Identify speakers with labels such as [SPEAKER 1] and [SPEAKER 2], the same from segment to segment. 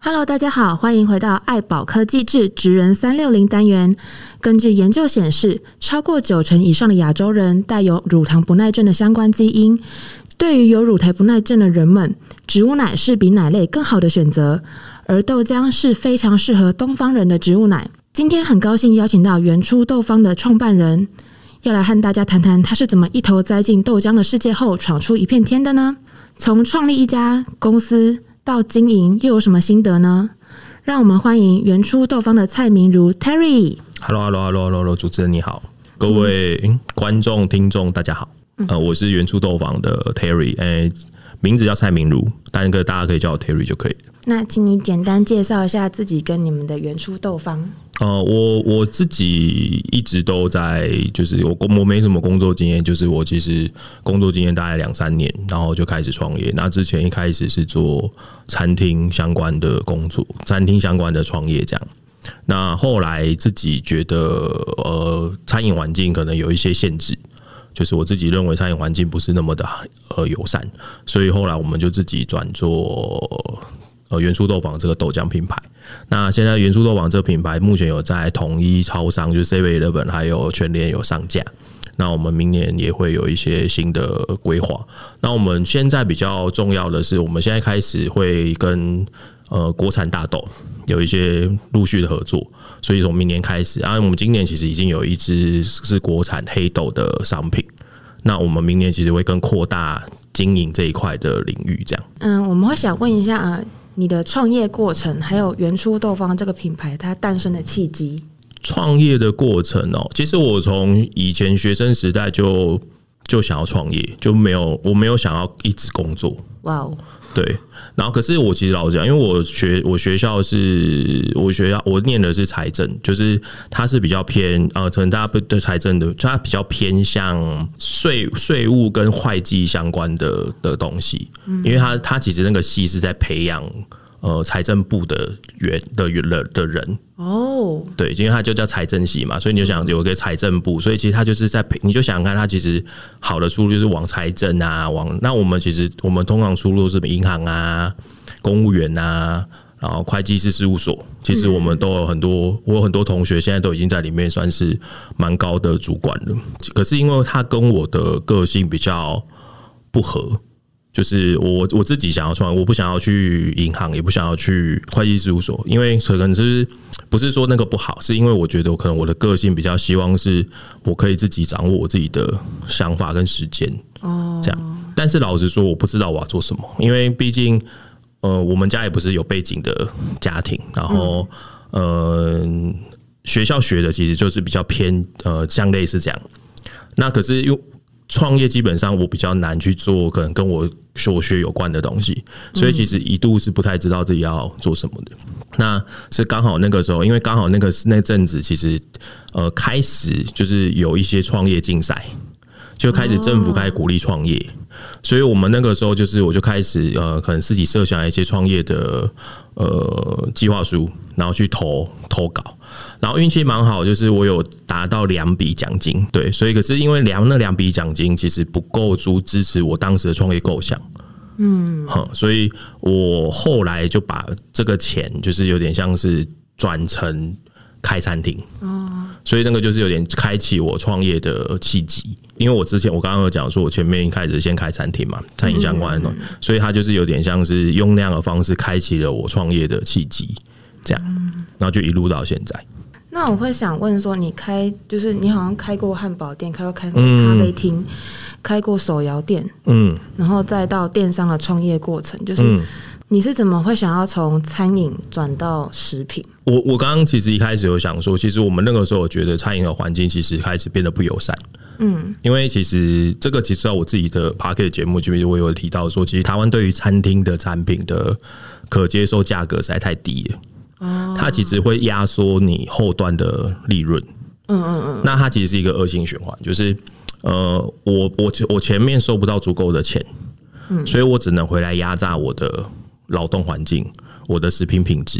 [SPEAKER 1] Hello，大家好，欢迎回到爱宝科技智职人三六零单元。根据研究显示，超过九成以上的亚洲人带有乳糖不耐症的相关基因。对于有乳糖不耐症的人们，植物奶是比奶类更好的选择，而豆浆是非常适合东方人的植物奶。今天很高兴邀请到原初豆方的创办人，要来和大家谈谈他是怎么一头栽进豆浆的世界后闯出一片天的呢？从创立一家公司到经营，又有什么心得呢？让我们欢迎原初豆方的蔡明如 Terry。
[SPEAKER 2] Hello，Hello，Hello，Hello，Hello，主持人你好，各位、嗯观众、听众，大家好。呃，我是原初豆坊的 Terry，哎、名字叫蔡明如，但个大家可以叫我 Terry 就可以了。
[SPEAKER 1] 那请你简单介绍一下自己跟你们的原初豆方。
[SPEAKER 2] 呃，我我自己一直都在，就是我工我没什么工作经验，就是我其实工作经验大概两三年，然后就开始创业。那之前一开始是做餐厅相关的工作，餐厅相关的创业这样。那后来自己觉得，呃，餐饮环境可能有一些限制，就是我自己认为餐饮环境不是那么的呃友善，所以后来我们就自己转做呃原初豆坊这个豆浆品牌。那现在原初豆坊这个品牌目前有在统一超商，就是 Seven Eleven 还有全联有上架。那我们明年也会有一些新的规划。那我们现在比较重要的是，我们现在开始会跟呃国产大豆有一些陆续的合作，所以从明年开始，啊，我们今年其实已经有一支是国产黑豆的商品。那我们明年其实会更扩大经营这一块的领域，这样。
[SPEAKER 1] 嗯，我们会想问一下呃，你的创业过程，还有原初豆方这个品牌它诞生的契机。
[SPEAKER 2] 创业的过程哦，其实我从以前学生时代就就想要创业，就没有我没有想要一直工作，
[SPEAKER 1] 哇哦，
[SPEAKER 2] 对。然后可是我其实老实讲，因为我学我学校是我学校我念的是财政，就是它是比较偏呃，可能大家不对财政的，就它比较偏向税税务跟会计相关的的东西，因为它它其实那个系是在培养呃财政部的员的员的的人，
[SPEAKER 1] 哦，
[SPEAKER 2] 对，因为它就叫财政系嘛，所以你就想有一个财政部，所以其实它就是在培，你就想想看，它其实好的出路就是往财政啊，往那我们其实我们通常出路是银行啊、公务员啊，然后会计师事务所，其实我们都有很多，我有很多同学现在都已经在里面算是蛮高的主管了，可是因为他跟我的个性比较不合。就是我我自己想要创业，我不想要去银行，也不想要去会计事务所，因为可能是不是说那个不好，是因为我觉得我可能我的个性比较希望是我可以自己掌握我自己的想法跟时间，哦，这样。但是老实说，我不知道我要做什么，因为毕竟呃，我们家也不是有背景的家庭，然后嗯、呃，学校学的其实就是比较偏呃，像类似这样。那可是又创业基本上我比较难去做，可能跟我所学有关的东西，所以其实一度是不太知道自己要做什么的。那是刚好那个时候，因为刚好那个那阵子，其实呃开始就是有一些创业竞赛，就开始政府开始鼓励创业。所以我们那个时候就是，我就开始呃，可能自己设想一些创业的呃计划书，然后去投投稿，然后运气蛮好，就是我有达到两笔奖金，对，所以可是因为两那两笔奖金其实不够足支持我当时的创业构想。嗯，哼，所以我后来就把这个钱，就是有点像是转成开餐厅，所以那个就是有点开启我创业的契机。因为我之前我刚刚有讲说，我前面一开始先开餐厅嘛，餐饮相关的东西，所以它就是有点像是用那样的方式开启了我创业的契机，这样，然后就一路到现在。
[SPEAKER 1] 那我会想问说，你开就是你好像开过汉堡店，开过咖咖啡厅，开过手摇店，
[SPEAKER 2] 嗯，
[SPEAKER 1] 然后再到电商的创业过程，就是。你是怎么会想要从餐饮转到食品？
[SPEAKER 2] 我我刚刚其实一开始有想说，其实我们那个时候我觉得餐饮的环境其实开始变得不友善。嗯，因为其实这个其实在我自己的 p a r k e t 节目，记不记得我有提到说，其实台湾对于餐厅的产品的可接受价格实在太低了。它其实会压缩你后端的利润。嗯嗯嗯。那它其实是一个恶性循环，就是呃，我我我前面收不到足够的钱，所以我只能回来压榨我的劳动环境、我的食品品质、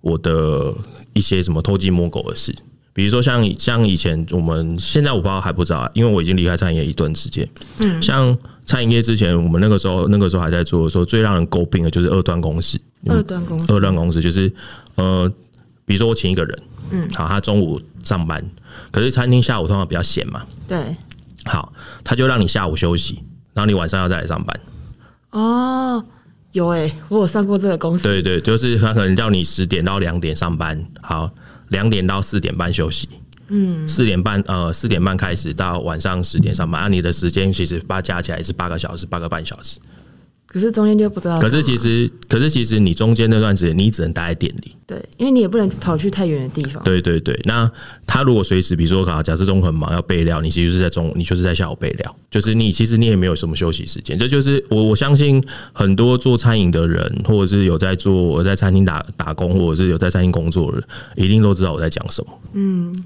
[SPEAKER 2] 我的一些什么偷鸡摸狗的事。比如说像像以前我们现在我不知道还不知道啊，因为我已经离开餐饮业一段时间。嗯，像餐饮业之前，我们那个时候那个时候还在做的时候，最让人诟病的就是二段公司。
[SPEAKER 1] 二段公司
[SPEAKER 2] 二段公司就是呃，比如说我请一个人，嗯，好，他中午上班，可是餐厅下午通常比较闲嘛，
[SPEAKER 1] 对
[SPEAKER 2] 好，他就让你下午休息，然后你晚上要再来上班。
[SPEAKER 1] 哦，有哎、我有上过这个公司，
[SPEAKER 2] 对对，就是他可能叫你十点到两点上班，好，两点到四点半休息。嗯，四点半呃，四点半开始到晚上十点上班，按、啊你的时间其实八加起来是八个小时，八个半小时。
[SPEAKER 1] 可是中间就不知道干
[SPEAKER 2] 可
[SPEAKER 1] 嘛，
[SPEAKER 2] 是其实，可是其实你中间那段时间，你只能待在店里。
[SPEAKER 1] 对，因为你也不能跑去太远的地方，
[SPEAKER 2] 对对对，那他如果随时，比如说好，假设中午很忙要备料，你其实是在中午，你就是在下午备料，就是你其实你也没有什么休息时间。这就是我我相信很多做餐饮的人，或者是有在做我在餐厅打打工，或者是有在餐厅工作的人，一定都知道我在讲什么。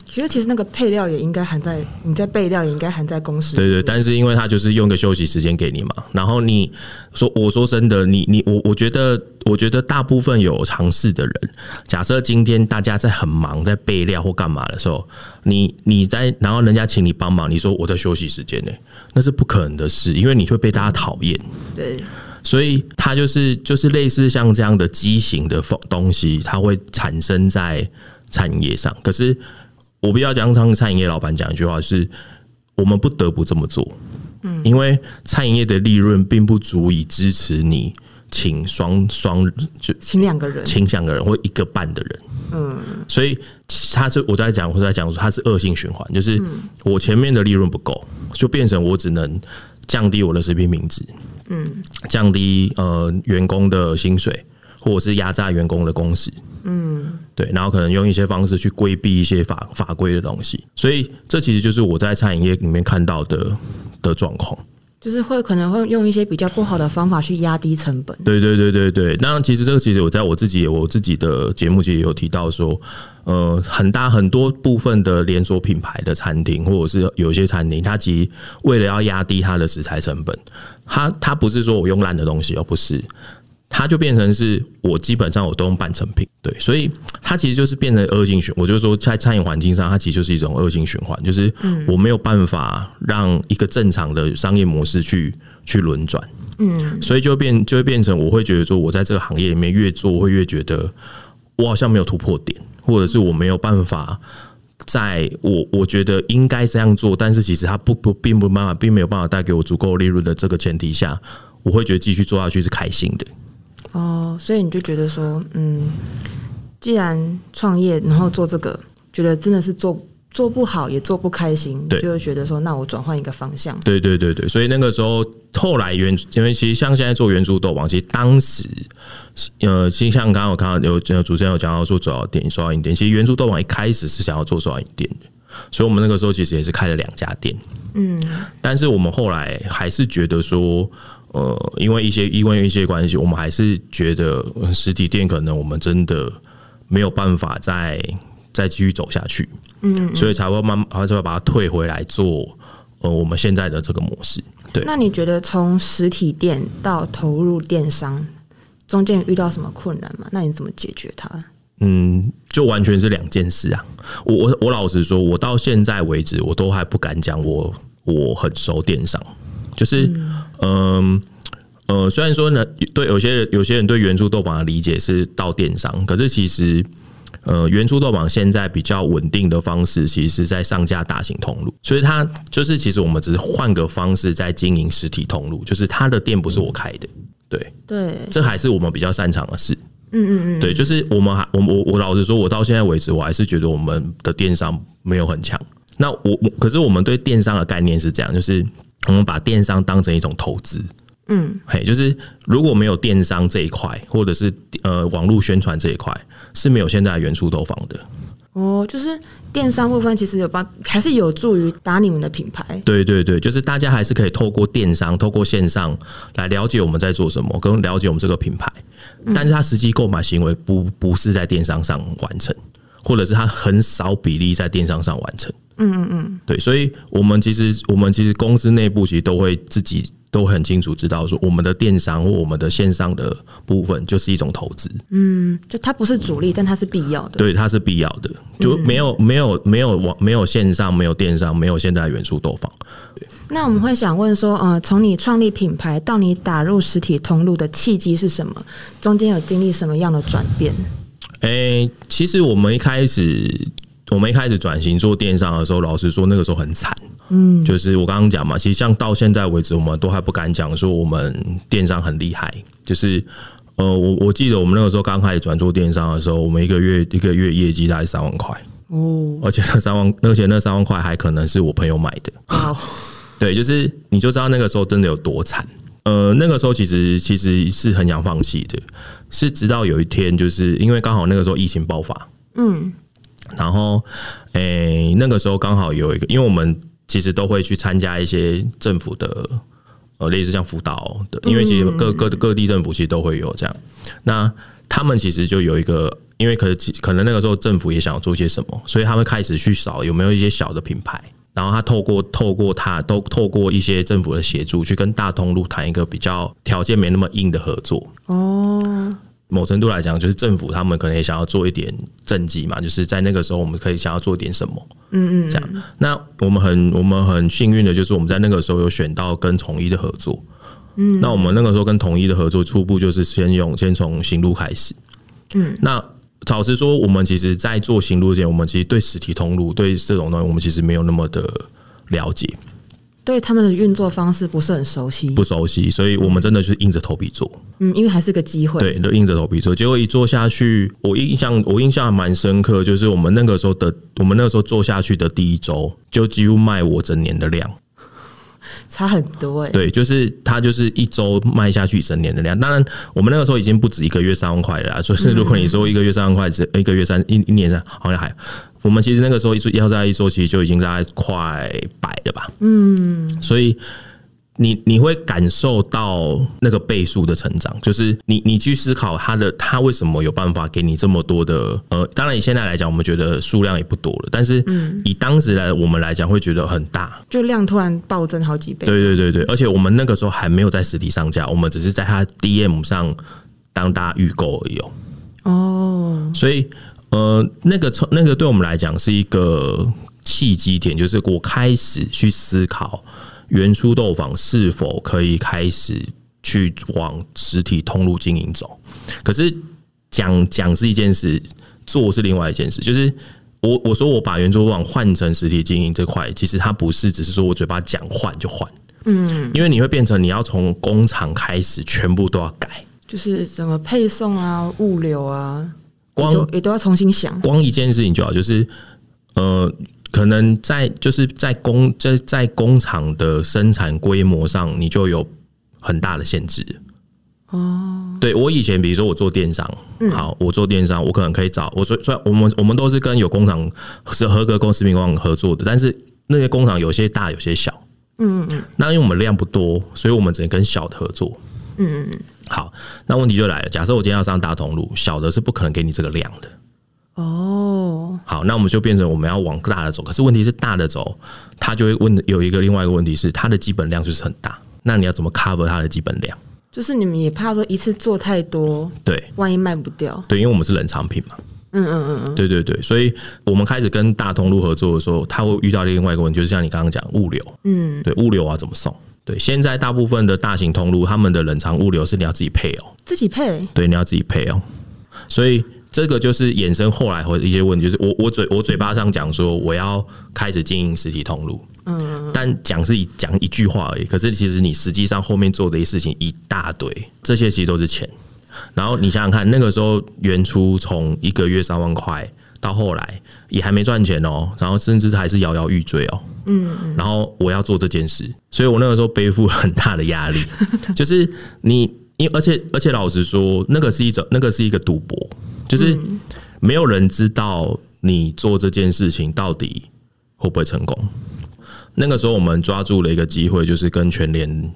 [SPEAKER 1] 其实其实那个配料也应该含在你在备料也应该含在公司，
[SPEAKER 2] 对对，但是因为他就是用一个休息时间给你嘛，然后你说我说真的，你你我我觉得我觉得大部分有尝试的人，假设今天大家在很忙在备料或干嘛的时候，你你在然后人家请你帮忙，你说我的休息时间呢、那是不可能的事，因为你会被大家讨厌。
[SPEAKER 1] 对
[SPEAKER 2] 所以它就是就是类似像这样的畸形的风东西，它会产生在餐饮业上。可是我必须要讲，常餐饮业老板讲一句话是：我们不得不这么做，嗯，因为餐饮业的利润并不足以支持你请双双就
[SPEAKER 1] 请两个人，
[SPEAKER 2] 倾向的人或一个半的人，嗯，所以他是我在讲，我在讲，它是恶性循环，就是我前面的利润不够，就变成我只能降低我的食品品质，嗯，降低呃员工的薪水，或者是压榨员工的工时，嗯，对，然后可能用一些方式去规避一些法法规的东西，所以这其实就是我在餐饮业里面看到的的状况。
[SPEAKER 1] 就是会可能会用一些比较不好的方法去压低成本，
[SPEAKER 2] 对对对对对，那其实这个其实我在我自己我自己的节目其实也有提到说，呃，很大很多部分的连锁品牌的餐厅，或者是有一些餐厅，它其实为了要压低它的食材成本，它它不是说我用烂的东西哦，不是。它就变成是我基本上我都用半成品，对，所以它其实就是变成恶性循。我就说在餐饮环境上，它其实就是一种恶性循环，就是我没有办法让一个正常的商业模式去去轮转。所以就变就会变成，我会觉得说，我在这个行业里面越做，我会越觉得我好像没有突破点，或者是我没有办法在我我觉得应该这样做，但是其实它不不并不办法，并没有办法带给我足够利润的这个前提下，我会觉得继续做下去是开心的。
[SPEAKER 1] 哦，所以你就觉得说，嗯，既然创业，然后做这个，觉得真的是做做不好，也做不开心，
[SPEAKER 2] 对
[SPEAKER 1] 就会觉得说，那我转换一个方向，
[SPEAKER 2] 对对对对，所以那个时候后来原，因为其实像现在做原珠豆网，其实当时，呃，其实像刚刚我看到有有主持人有讲到说主要店手摇饮店，其实原珠豆网一开始是想要做手摇饮店的，所以我们那个时候其实也是开了两家店，嗯，但是我们后来还是觉得说。呃，因为一些因为一些关系，我们还是觉得呃实体店可能我们真的没有办法再再继续走下去，嗯所以才会慢慢才会把它退回来做呃我们现在的这个模式。对，
[SPEAKER 1] 那你觉得从实体店到投入电商中间有遇到什么困难吗？那你怎么解决它？
[SPEAKER 2] 嗯，就完全是两件事啊。我我我老实说，我到现在为止，我都还不敢讲我我很熟电商，就是嗯。呃，虽然说呢，对有些人有些人对原著豆榜的理解是到电商，可是其实，呃，原著豆榜现在比较稳定的方式，其实是在上架大型通路，所以它就是其实我们只是换个方式在经营实体通路，就是它的店不是我开的，对，
[SPEAKER 1] 对，
[SPEAKER 2] 这还是我们比较擅长的事。嗯嗯嗯，对，就是我们还我我我老实说，我到现在为止，我还是觉得我们的电商没有很强。那我我可是我们对电商的概念是这样，就是我们把电商当成一种投资。嗯，嘿，就是如果没有电商这一块，或者是呃网络宣传这一块，是没有现在的原初投放的。
[SPEAKER 1] 哦，就是电商部分其实有帮，还是有助于打你们的品牌。
[SPEAKER 2] 对对对，就是大家还是可以透过电商、透过线上来了解我们在做什么，跟了解我们这个品牌。但是它实际购买行为不不是在电商上完成，或者是它很少比例在电商上完成。嗯嗯嗯，对，所以我们其实我们其实公司内部其实都会自己。都很清楚知道说，我们的电商或我们的线上的部分就是一种投资，
[SPEAKER 1] 嗯，就它不是主力，但它是必要的。
[SPEAKER 2] 对，它是必要的，就没有没有没有网没有线上没有电商没有现在元素都放。
[SPEAKER 1] 那我们会想问说，呃，从你创立品牌到你打入实体通路的契机是什么？中间有经历什么样的转变？
[SPEAKER 2] 诶、其实我们一开始，我们一开始转型做电商的时候，老实说那个时候很惨。嗯，就是我刚刚讲嘛，其实像到现在为止，我们都还不敢讲说我们电商很厉害，就是。呃，我我记得我们那个时候刚开始转做电商的时候，我们一个月一个月业绩大概三万块，
[SPEAKER 1] 哦，
[SPEAKER 2] 而且那三万，而且那三万块还可能是我朋友买的，
[SPEAKER 1] 好，
[SPEAKER 2] 对，就是你就知道那个时候真的有多惨。呃，那个时候其实其实是很想放弃的，是直到有一天，就是因为刚好那个时候疫情爆发，
[SPEAKER 1] 嗯，
[SPEAKER 2] 然后，诶、那个时候刚好有一个，因为我们其实都会去参加一些政府的，呃，类似像辅导的，因为其实各各各地政府其实都会有这样。那他们其实就有一个，因为可能可能那个时候政府也想要做些什么，所以他们开始去找有没有一些小的品牌。然后他透过透过他都透过一些政府的协助，去跟大通路谈一个比较条件没那么硬的合作。
[SPEAKER 1] 哦，
[SPEAKER 2] 某程度来讲，就是政府他们可能也想要做一点政绩嘛，就是在那个时候我们可以想要做点什么，嗯嗯，这样。那我们很我们很幸运的就是我们在那个时候有选到跟统一的合作，嗯，那我们那个时候跟统一的合作初步就是先用先从行路开始，嗯，那。老实说，我们其实，在做行路之前，我们其实对实体通路、对这种东西，我们其实没有那么的了解，
[SPEAKER 1] 对他们的运作方式不是很熟悉，
[SPEAKER 2] 不熟悉，所以我们真的就是硬着头皮做。
[SPEAKER 1] 嗯，因为还是个机会，
[SPEAKER 2] 对，都硬着头皮做。结果一做下去，我印象我印象还蛮深刻，就是我们那个时候的，我们那个时候做下去的第一周，就几乎卖我整年的量。
[SPEAKER 1] 差很多哎、
[SPEAKER 2] 对，就是它就是一周卖下去整年的量。当然，我们那个时候已经不止一个月三万块了啦，啊就是如果你说一个月三万块，只一个月三一一年三，好像还。我们其实那个时候一周要在一周，其实就已经大概快百了吧。嗯，所以你你会感受到那个倍数的成长，就是你你去思考它的它为什么有办法给你这么多的呃，当然以现在来讲，我们觉得数量也不多了，但是以当时来我们来讲会觉得很大，
[SPEAKER 1] 就量突然暴增好几倍，
[SPEAKER 2] 对对对对，而且我们那个时候还没有在实体上架，我们只是在它 DM 上当大家预购而已、哦。
[SPEAKER 1] 哦，
[SPEAKER 2] 所以呃，那个从那个对我们来讲是一个契机点，就是我开始去思考原初豆坊是否可以开始去往实体通路经营走。可是讲讲是一件事，做是另外一件事，就是。我我说我把圆桌网换成实体经营这块，其实它不是只是说我嘴巴讲换就换，嗯，因为你会变成你要从工厂开始全部都要改，
[SPEAKER 1] 就是什么配送啊、物流啊，也
[SPEAKER 2] 光
[SPEAKER 1] 都也都要重新想，
[SPEAKER 2] 光一件事情就好，就是呃，可能在就是在工在在工厂的生产规模上，你就有很大的限制。哦，对我以前比如说我做电商，
[SPEAKER 1] 嗯
[SPEAKER 2] 好，我做电商，我可能可以找我虽虽然我们我们都是跟有工厂是合格公司民工厂合作的，但是那些工厂有些大有些小，
[SPEAKER 1] 嗯嗯
[SPEAKER 2] 那因为我们量不多，所以我们只能跟小的合作。
[SPEAKER 1] 嗯嗯，
[SPEAKER 2] 好，那问题就来了，假设我今天要上大同路，小的是不可能给你这个量的。
[SPEAKER 1] 哦，
[SPEAKER 2] 好，那我们就变成我们要往大的走。可是问题是大的走，它就会问有一个另外一个问题是，它的基本量就是很大，那你要怎么 cover 它的基本量？
[SPEAKER 1] 就是你们也怕说一次做太多，
[SPEAKER 2] 对
[SPEAKER 1] 万一卖不掉，
[SPEAKER 2] 对，因为我们是冷藏品嘛，
[SPEAKER 1] 嗯嗯嗯嗯，
[SPEAKER 2] 对对对，所以我们开始跟大通路合作的时候，它会遇到另外一个问题，就是像你刚刚讲物流，
[SPEAKER 1] 嗯，
[SPEAKER 2] 对物流啊怎么送？对，现在大部分的大型通路，他们的冷藏物流是你要自己配哦、
[SPEAKER 1] 自己配，
[SPEAKER 2] 对，你要自己配哦。所以这个就是衍生后来或一些问题，就是我我嘴我嘴巴上讲说我要开始经营实体通路，嗯，但讲是一讲一句话而已，可是其实你实际上后面做的事情一大堆，这些其实都是钱。然后你想想看，那个时候原初从一个月三万块到后来也还没赚钱哦，然后甚至还是摇摇欲坠哦。嗯，然后我要做这件事，所以我那个时候背负很大的压 力，就是你，因而且而且老实说，那个是一种那个是一个赌博，就是没有人知道你做这件事情到底会不会成功。那个时候我们抓住了一个机会，就是跟全联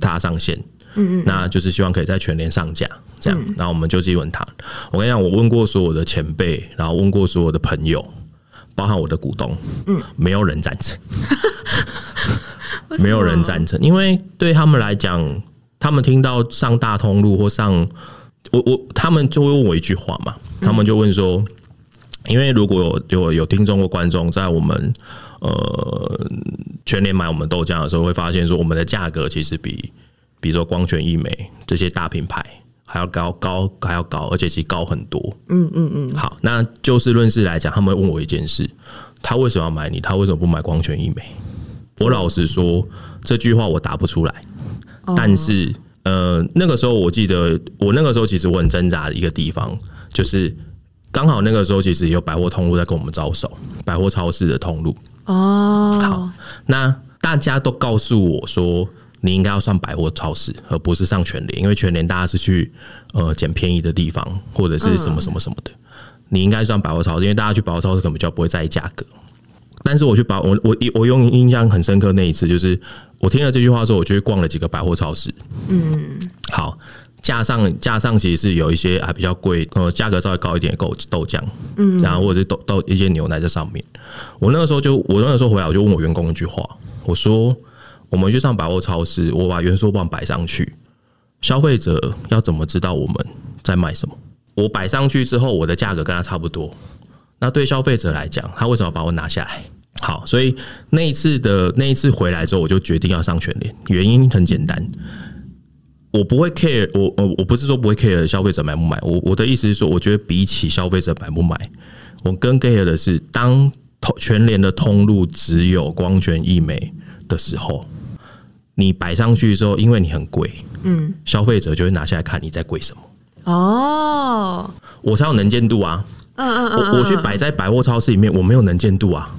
[SPEAKER 2] 搭上线。嗯嗯，嗯那就是希望可以在全联上架，这样，然后我们就基本谈。我跟你讲，我问过所有的前辈，然后问过所有的朋友，包含我的股东，嗯，没有人赞成。
[SPEAKER 1] 为什么
[SPEAKER 2] 没有人赞成，因为对他们来讲，他们听到上大通路或上我我，他们就会问我一句话嘛，他们就问说，因为如果有有有听众或观众在我们呃全年买我们豆浆的时候，会发现说我们的价格其实比比如说光泉、益美这些大品牌还要高高还要高，而且其实高很多。嗯嗯嗯。好，那就事论事来讲，他们会问我一件事：他为什么要买你？他为什么不买光泉、益美？我老实说，这句话我答不出来。但是，呃，那个时候我记得，我那个时候其实我很挣扎的一个地方，就是刚好那个时候其实有百货通路在跟我们招手，百货超市的通路。
[SPEAKER 1] 哦，
[SPEAKER 2] 好，那大家都告诉我说，你应该要上百货超市，而不是上全联，因为全联大家是去呃捡便宜的地方，或者是什么什么什么的。你应该上百货超市，因为大家去百货超市可能比较不会在意价格。但是我去百我我我用印象很深刻那一次，就是我听了这句话之后，我就去逛了几个百货超市。嗯，好。架上架上其实是有一些还比较贵，呃，价格稍微高一点的豆豆浆，嗯，然后或者是豆豆一些牛奶在上面，我那个时候就，我那个时候回来，我就问我员工一句话，我说：我们去上百货超市，我把元素棒摆上去，消费者要怎么知道我们在卖什么？我摆上去之后，我的价格跟他差不多，那对消费者来讲，他为什么把我拿下来？好，所以那一次的那一次回来之后，我就决定要上全联，原因很简单。我不会 care，我我我不是说不会 care 消费者买不买，我我的意思是说，我觉得比起消费者买不买，我更 care 的是，当通全联的通路只有光泉益美的时候，你摆上去之后，因为你很贵，嗯，消费者就会拿下来看你在贵什么，
[SPEAKER 1] 哦，
[SPEAKER 2] 我才有能见度啊。
[SPEAKER 1] 嗯嗯嗯，
[SPEAKER 2] 我我去摆在百货超市里面，我没有能见度啊。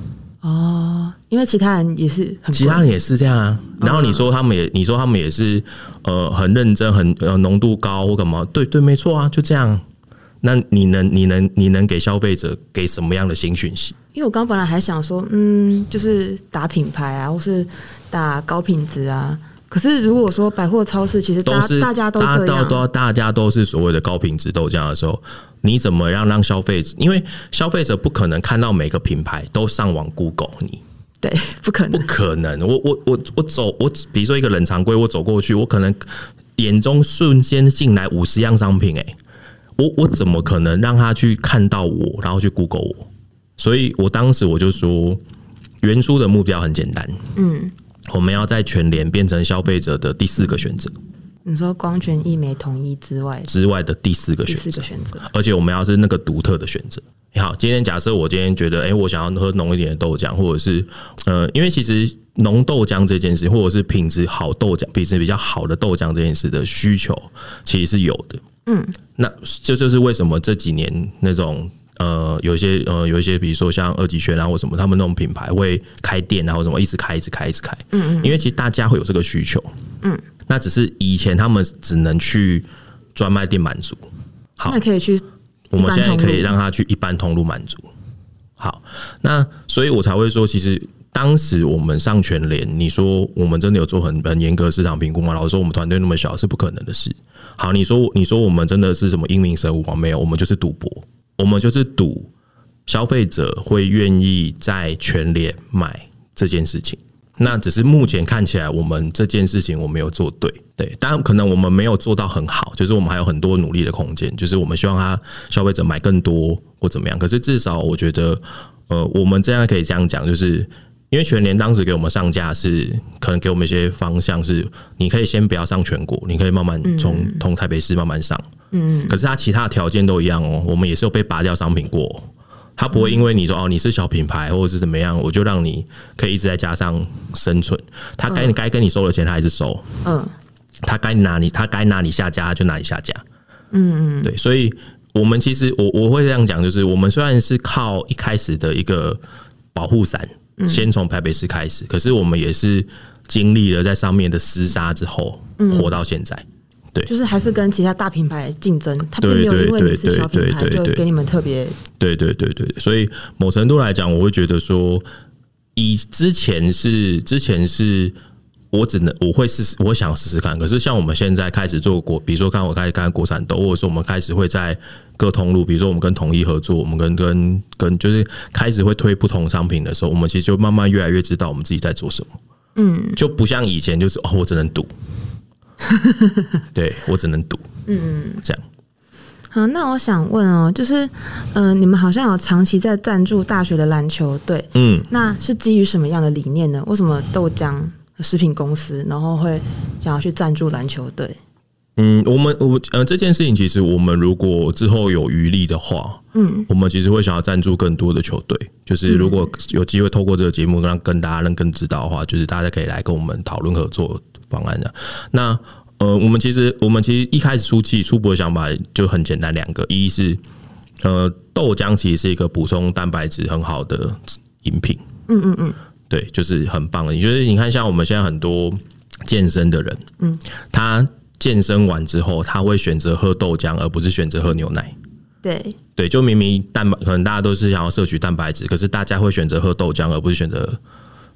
[SPEAKER 1] 哦，因为其他人也是很贵
[SPEAKER 2] 其他人也是这样啊。然后你说他们也，你说他们也是，呃，很认真，很呃浓度高或干嘛？对对，没错啊，就这样。那你能你能你能给消费者给什么样的新讯息？
[SPEAKER 1] 因为我刚本来还想说，嗯，就是打品牌啊，或是打高品质啊。可是如果说百货超市，其实大
[SPEAKER 2] 都是
[SPEAKER 1] 家大家都
[SPEAKER 2] 大
[SPEAKER 1] 这
[SPEAKER 2] 家
[SPEAKER 1] 样，
[SPEAKER 2] 都大家都是所谓的高品质豆浆的时候，你怎么样让消费者？因为消费者不可能看到每个品牌都上网 Google 你，
[SPEAKER 1] 对， 不可
[SPEAKER 2] 不
[SPEAKER 1] 能。
[SPEAKER 2] 可能。我我我我走，我比如说一个冷藏柜，我走过去，我可能眼中瞬间进来五十样商品、欸，我我怎么可能让他去看到我，然后去 Google 我？所以我当时我就说，原初的目标很简单，嗯，我们要在全联变成消费者的第四个选择
[SPEAKER 1] 你说光泉一美统一之外，
[SPEAKER 2] 之外的第四个
[SPEAKER 1] 第
[SPEAKER 2] 选
[SPEAKER 1] 四
[SPEAKER 2] 择
[SPEAKER 1] 个，选择，
[SPEAKER 2] 而且我们要是那个独特的选择。好，今天假设我今天觉得，诶，我想要喝浓一点的豆浆，或者是，呃，因为其实浓豆浆这件事，或者是品质好豆浆、品质比较好的豆浆这件事的需求，其实是有的。嗯，那这就是为什么这几年那种。呃，有一些呃，有一些，比如说像二级轩啊或什么，他们那种品牌会开店啊或什么，一直开，一直开，一直开。嗯嗯。因为其实大家会有这个需求。嗯。那只是以前他们只能去专卖店满足。好
[SPEAKER 1] 那可以去
[SPEAKER 2] 我们现在也可
[SPEAKER 1] 一般通
[SPEAKER 2] 以
[SPEAKER 1] 路
[SPEAKER 2] 让他去一般通路满足。好，那所以我才会说，其实当时我们上全联，你说我们真的有做很很严格的市场评估吗？老实说，我们团队那么小是不可能的事。好，你说你说我们真的是什么英明神武吗？没有，我们就是赌博，我们就是赌消费者会愿意在全联买这件事情。那只是目前看起来，我们这件事情我们有做对，对，当然可能我们没有做到很好，就是我们还有很多努力的空间，就是我们希望他消费者买更多或怎么样。可是至少我觉得，呃，我们这样可以这样讲，就是因为全联当时给我们上架是可能给我们一些方向是，你可以先不要上全国，你可以慢慢从从台北市慢慢上，嗯，可是它其他的条件都一样哦，我们也是有被拔掉商品过哦、它不会因为你说哦你是小品牌或者是怎么样，我就让你可以一直在加上生存。他该你该跟你收的钱，他还是收；
[SPEAKER 1] 嗯，
[SPEAKER 2] 他该拿你，他该拿你下架他就拿你下架。嗯，对，所以我们其实我我会这样讲，就是我们虽然是靠一开始的一个保护伞，先从台北市开始，可是我们也是经历了在上面的厮杀之后，活到现在。
[SPEAKER 1] 就是还是跟其他大品牌竞争，他并
[SPEAKER 2] 对
[SPEAKER 1] 没有
[SPEAKER 2] 对
[SPEAKER 1] 因为你是
[SPEAKER 2] 对
[SPEAKER 1] 小品
[SPEAKER 2] 对
[SPEAKER 1] 牌
[SPEAKER 2] 对
[SPEAKER 1] 就
[SPEAKER 2] 对
[SPEAKER 1] 给你们特别
[SPEAKER 2] 对对对对，对所以某程度来讲，我会觉得说，以之前是之前是。我只能我会试试，我想试试看。可是像我们现在开始做国，比如说看我开始看国产豆，或者是我们开始会在各通路，比如说我们跟统一合作，我们跟跟跟就是开始会推不同商品的时候，我们其实就慢慢越来越知道我们自己在做什么。
[SPEAKER 1] 嗯
[SPEAKER 2] 就不像以前就是哦，我只能赌，对我只能赌，
[SPEAKER 1] 嗯，
[SPEAKER 2] 这样
[SPEAKER 1] 好，那我想问哦，就是呃，你们好像有长期在赞助大学的篮球队，
[SPEAKER 2] 嗯。
[SPEAKER 1] 那是基于什么样的理念呢？为什么豆浆食品公司然后会想要去赞助篮球队？
[SPEAKER 2] 嗯，我们我呃这件事情，其实我们如果之后有余力的话，
[SPEAKER 1] 嗯，
[SPEAKER 2] 我们其实会想要赞助更多的球队。就是如果有机会透过这个节目让跟大家能更知道的话，就是大家可以来跟我们讨论合作方案的。那呃，我们其实我们其实一开始初期初步的想法就很简单，两个，一是呃豆浆其实是一个补充蛋白质很好的饮品，
[SPEAKER 1] 嗯嗯嗯，
[SPEAKER 2] 对，就是很棒的。也就是你看，像我们现在很多健身的人，嗯，他健身完之后，他会选择喝豆浆，而不是选择喝牛奶。
[SPEAKER 1] 对，
[SPEAKER 2] 对，就明明蛋白，可能大家都是想要摄取蛋白质，可是大家会选择喝豆浆，而不是选择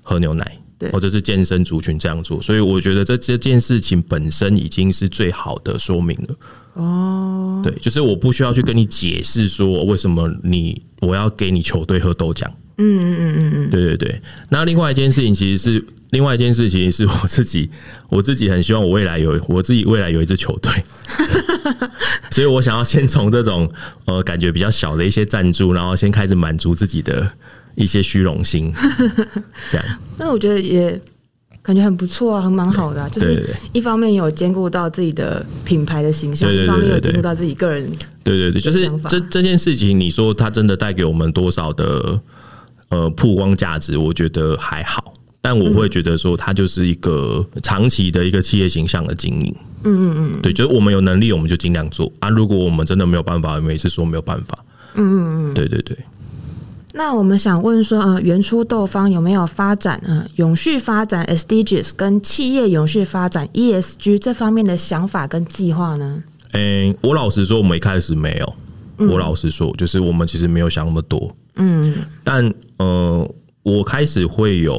[SPEAKER 2] 喝牛奶。
[SPEAKER 1] 对
[SPEAKER 2] 或者是健身族群这样做，所以我觉得这这件事情本身已经是最好的说明了。
[SPEAKER 1] 哦，
[SPEAKER 2] 对，就是我不需要去跟你解释说为什么你我要给你球队喝豆浆。
[SPEAKER 1] 嗯嗯嗯嗯嗯，
[SPEAKER 2] 对对对，那另外一件事情其实是另外一件事情是我自己，我自己很希望我未来有我自己未来有一支球队，所以我想要先从这种 呃感觉比较小的一些赞助，然后先开始满足自己的一些虚荣 心，这样
[SPEAKER 1] 那我觉得也感觉很不错啊，很蛮好的、啊，就
[SPEAKER 2] 对对
[SPEAKER 1] 是
[SPEAKER 2] 对
[SPEAKER 1] 一方面有兼顾到自己的品牌的形象，
[SPEAKER 2] 对对对
[SPEAKER 1] 一方面有
[SPEAKER 2] 对对
[SPEAKER 1] 兼顾到自己个人，
[SPEAKER 2] 对对对，就是
[SPEAKER 1] 想法
[SPEAKER 2] 这这件事情，你说它真的带给我们多少的呃曝光价值？我觉得还好，但我会觉得说它就是一个长期的一个企业形象的经营。嗯嗯嗯，对，就是我们有能力，我们就尽量做啊。如果我们真的没有办法，我们也是说没有办法。嗯嗯嗯，对对对。
[SPEAKER 1] 那我们想问说，呃，原初豆方有没有发展呃永续发展 SDGs 跟企业永续发展 ESG 这方面的想法跟计划呢？
[SPEAKER 2] 诶、我老实说，我们一开始没有。我老实说，就是我们其实没有想那么多。
[SPEAKER 1] 嗯
[SPEAKER 2] 但呃，我开始会有，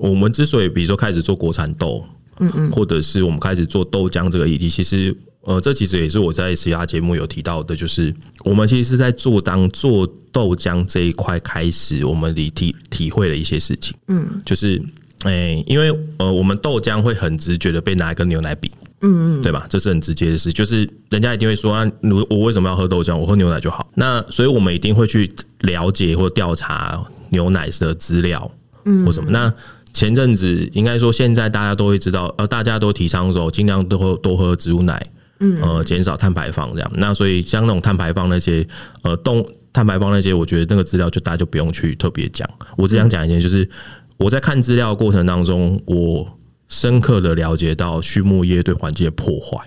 [SPEAKER 2] 我们之所以比如说开始做国产豆，嗯嗯，或者是我们开始做豆浆这个议题，其实呃，这其实也是我在其他节目有提到的，就是我们其实是在做当做豆浆这一块开始，我们里体体会了一些事情，
[SPEAKER 1] 嗯，
[SPEAKER 2] 就是。诶，因为呃，我们豆浆会很直觉的被拿来跟牛奶比，
[SPEAKER 1] 嗯嗯，
[SPEAKER 2] 对吧？这是很直接的事，就是人家一定会说，啊、我我为什么要喝豆浆？我喝牛奶就好。那所以我们一定会去了解或调查牛奶的资料，嗯，或什么。那前阵子应该说，现在大家都会知道，呃，大家都提倡说，尽量多喝多喝植物奶，嗯，呃，减少碳排放这样。那所以像那种碳排放那些，呃，动碳排放那些，我觉得那个资料就大家就不用去特别讲。我只想讲一件，就是我在看资料的过程当中，我深刻的了解到畜牧业对环境的破坏，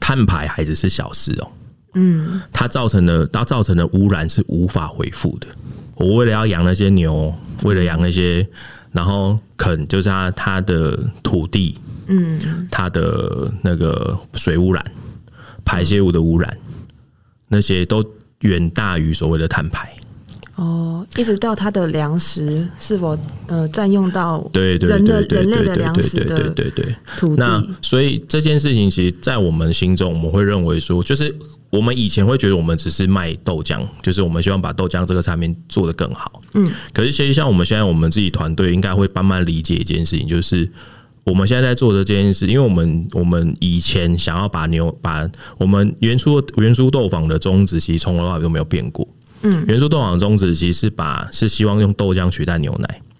[SPEAKER 2] 碳排还只是小事哦、嗯，它造成的它造成的污染是无法回复的。我为了要养那些牛，为了养那些，然后垦就是它它的土地，嗯，它的那个水污染、排泄物的污染，那些都远大于所谓的碳排。
[SPEAKER 1] 哦，一直到它的粮食是否呃占用到
[SPEAKER 2] 对对
[SPEAKER 1] 人的
[SPEAKER 2] 对对
[SPEAKER 1] 人类
[SPEAKER 2] 对
[SPEAKER 1] 的
[SPEAKER 2] 对
[SPEAKER 1] 粮食
[SPEAKER 2] 对对对
[SPEAKER 1] 的
[SPEAKER 2] 对对。
[SPEAKER 1] 土
[SPEAKER 2] 那
[SPEAKER 1] 地？
[SPEAKER 2] 所以这件事情，其实，在我们心中，我们会认为说，就是我们以前会觉得我们只是卖豆浆，就是我们希望把豆浆这个产品做得更好。嗯，可是其实像我们现在，我们自己团队应该会慢慢理解一件事情，就是。我们现在在做的这件事，因为我们我们以前想要把牛把我们原初原初豆坊的宗旨，其实从头到尾都没有变过。嗯，原初豆坊的宗旨其实是把是希望用豆浆取代牛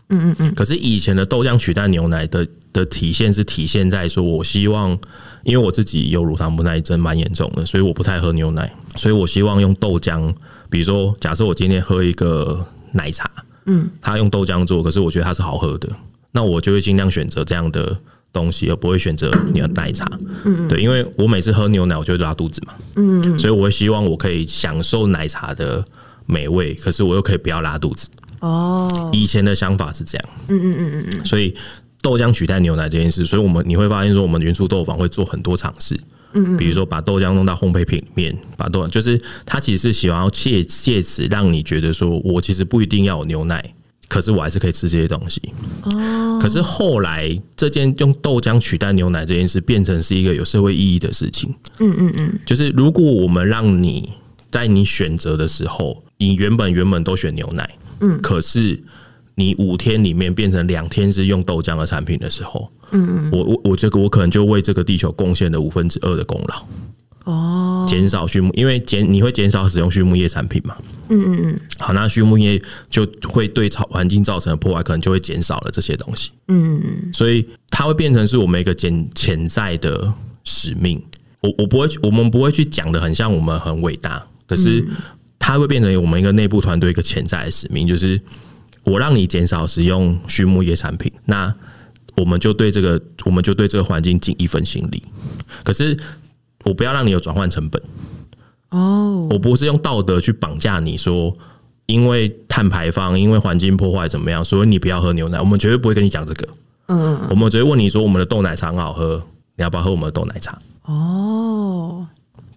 [SPEAKER 2] 奶。可是以前的豆浆取代牛奶的的体现是体现在说，我希望，因为我自己有乳糖不耐症蛮严重的，所以我不太喝牛奶，所以我希望用豆浆。比如说，假设我今天喝一个奶茶，嗯，它用豆浆做，可是我觉得它是好喝的，那我就会尽量选择这样的东西，而不会选择你的奶茶。嗯，对，因为我每次喝牛奶，我就会拉肚子嘛。嗯，所以我会希望我可以享受奶茶的美味，可是我又可以不要拉肚子。
[SPEAKER 1] 哦，
[SPEAKER 2] 以前的想法是这样，嗯嗯嗯嗯嗯，所以豆浆取代牛奶这件事，所以我们你会发现说，我们原初豆坊会做很多尝试，嗯比如说把豆浆弄到烘焙品里面，把豆就是它其实是想要借借此让你觉得说我其实不一定要有牛奶，可是我还是可以吃这些东西。哦，可是后来这件用豆浆取代牛奶这件事，变成是一个有社会意义的事情。嗯嗯嗯，就是如果我们让你在你选择的时候，你原本原本都选牛奶，嗯，可是你五天里面变成两天是用豆浆的产品的时候，嗯嗯，我我我这个我可能就为这个地球贡献了五分之二的功劳，
[SPEAKER 1] 哦，
[SPEAKER 2] 减少畜牧，因为减你会减少使用畜牧业产品嘛，
[SPEAKER 1] 嗯嗯嗯
[SPEAKER 2] 好，那畜牧业就会对草环境造成的破坏，可能就会减少了这些东西，
[SPEAKER 1] 嗯嗯，
[SPEAKER 2] 所以它会变成是我们一个潜潜在的使命。我我不会，我们不会去讲的很像我们很伟大，可是它会变成我们一个内部团队一个潜在的使命，就是我让你减少使用畜牧业产品，那我们就对这个，我们就对这个环境尽一份心力。可是我不要让你有转换成本，
[SPEAKER 1] 哦，
[SPEAKER 2] 我不是用道德去绑架你说，因为碳排放，因为环境破坏怎么样，所以你不要喝牛奶。我们绝对不会跟你讲这个，
[SPEAKER 1] 嗯
[SPEAKER 2] 我们只会问你说，我们的豆奶茶很好喝，你要不要喝我们的豆奶茶？
[SPEAKER 1] 哦，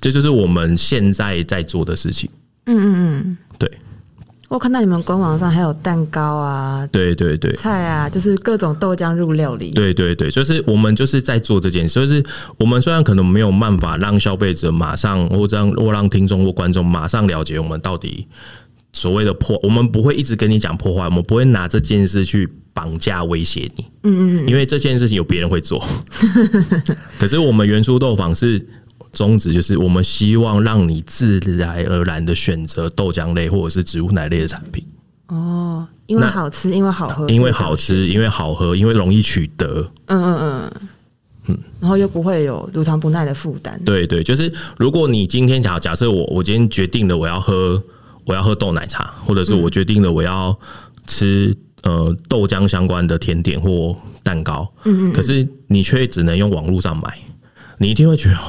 [SPEAKER 2] 这就是我们现在在做的事情。
[SPEAKER 1] 嗯嗯嗯，
[SPEAKER 2] 对，
[SPEAKER 1] 我看到你们官网上还有蛋糕啊、
[SPEAKER 2] 对，对，对，
[SPEAKER 1] 菜啊，就是各种豆浆入料理。
[SPEAKER 2] 对，对，对，就是我们就是在做这件事。就是我们虽然可能没有办法让消费者马上，或让或让听众或观众马上了解我们到底所谓的破，我们不会一直跟你讲破坏，我们不会拿这件事去绑架威胁你。
[SPEAKER 1] 嗯嗯
[SPEAKER 2] 因为这件事情有别人会做。 可是我们原初豆坊是宗旨，就是我们希望让你自然而然的选择豆浆类或者是植物奶类的产品，
[SPEAKER 1] 嗯，哦，因为
[SPEAKER 2] 那
[SPEAKER 1] 好吃，因为好喝，
[SPEAKER 2] 因为好吃，因为好喝，因为容易取得。
[SPEAKER 1] 嗯嗯嗯嗯，然后又不会有乳糖不耐的负担。
[SPEAKER 2] 对对，就是如果你今天假假设我我今天决定了我要喝我要喝豆奶茶，或者是我决定了我要吃呃豆浆相关的甜点或蛋糕，嗯嗯，可是你却只能用网络上买，你一定会觉得、哦、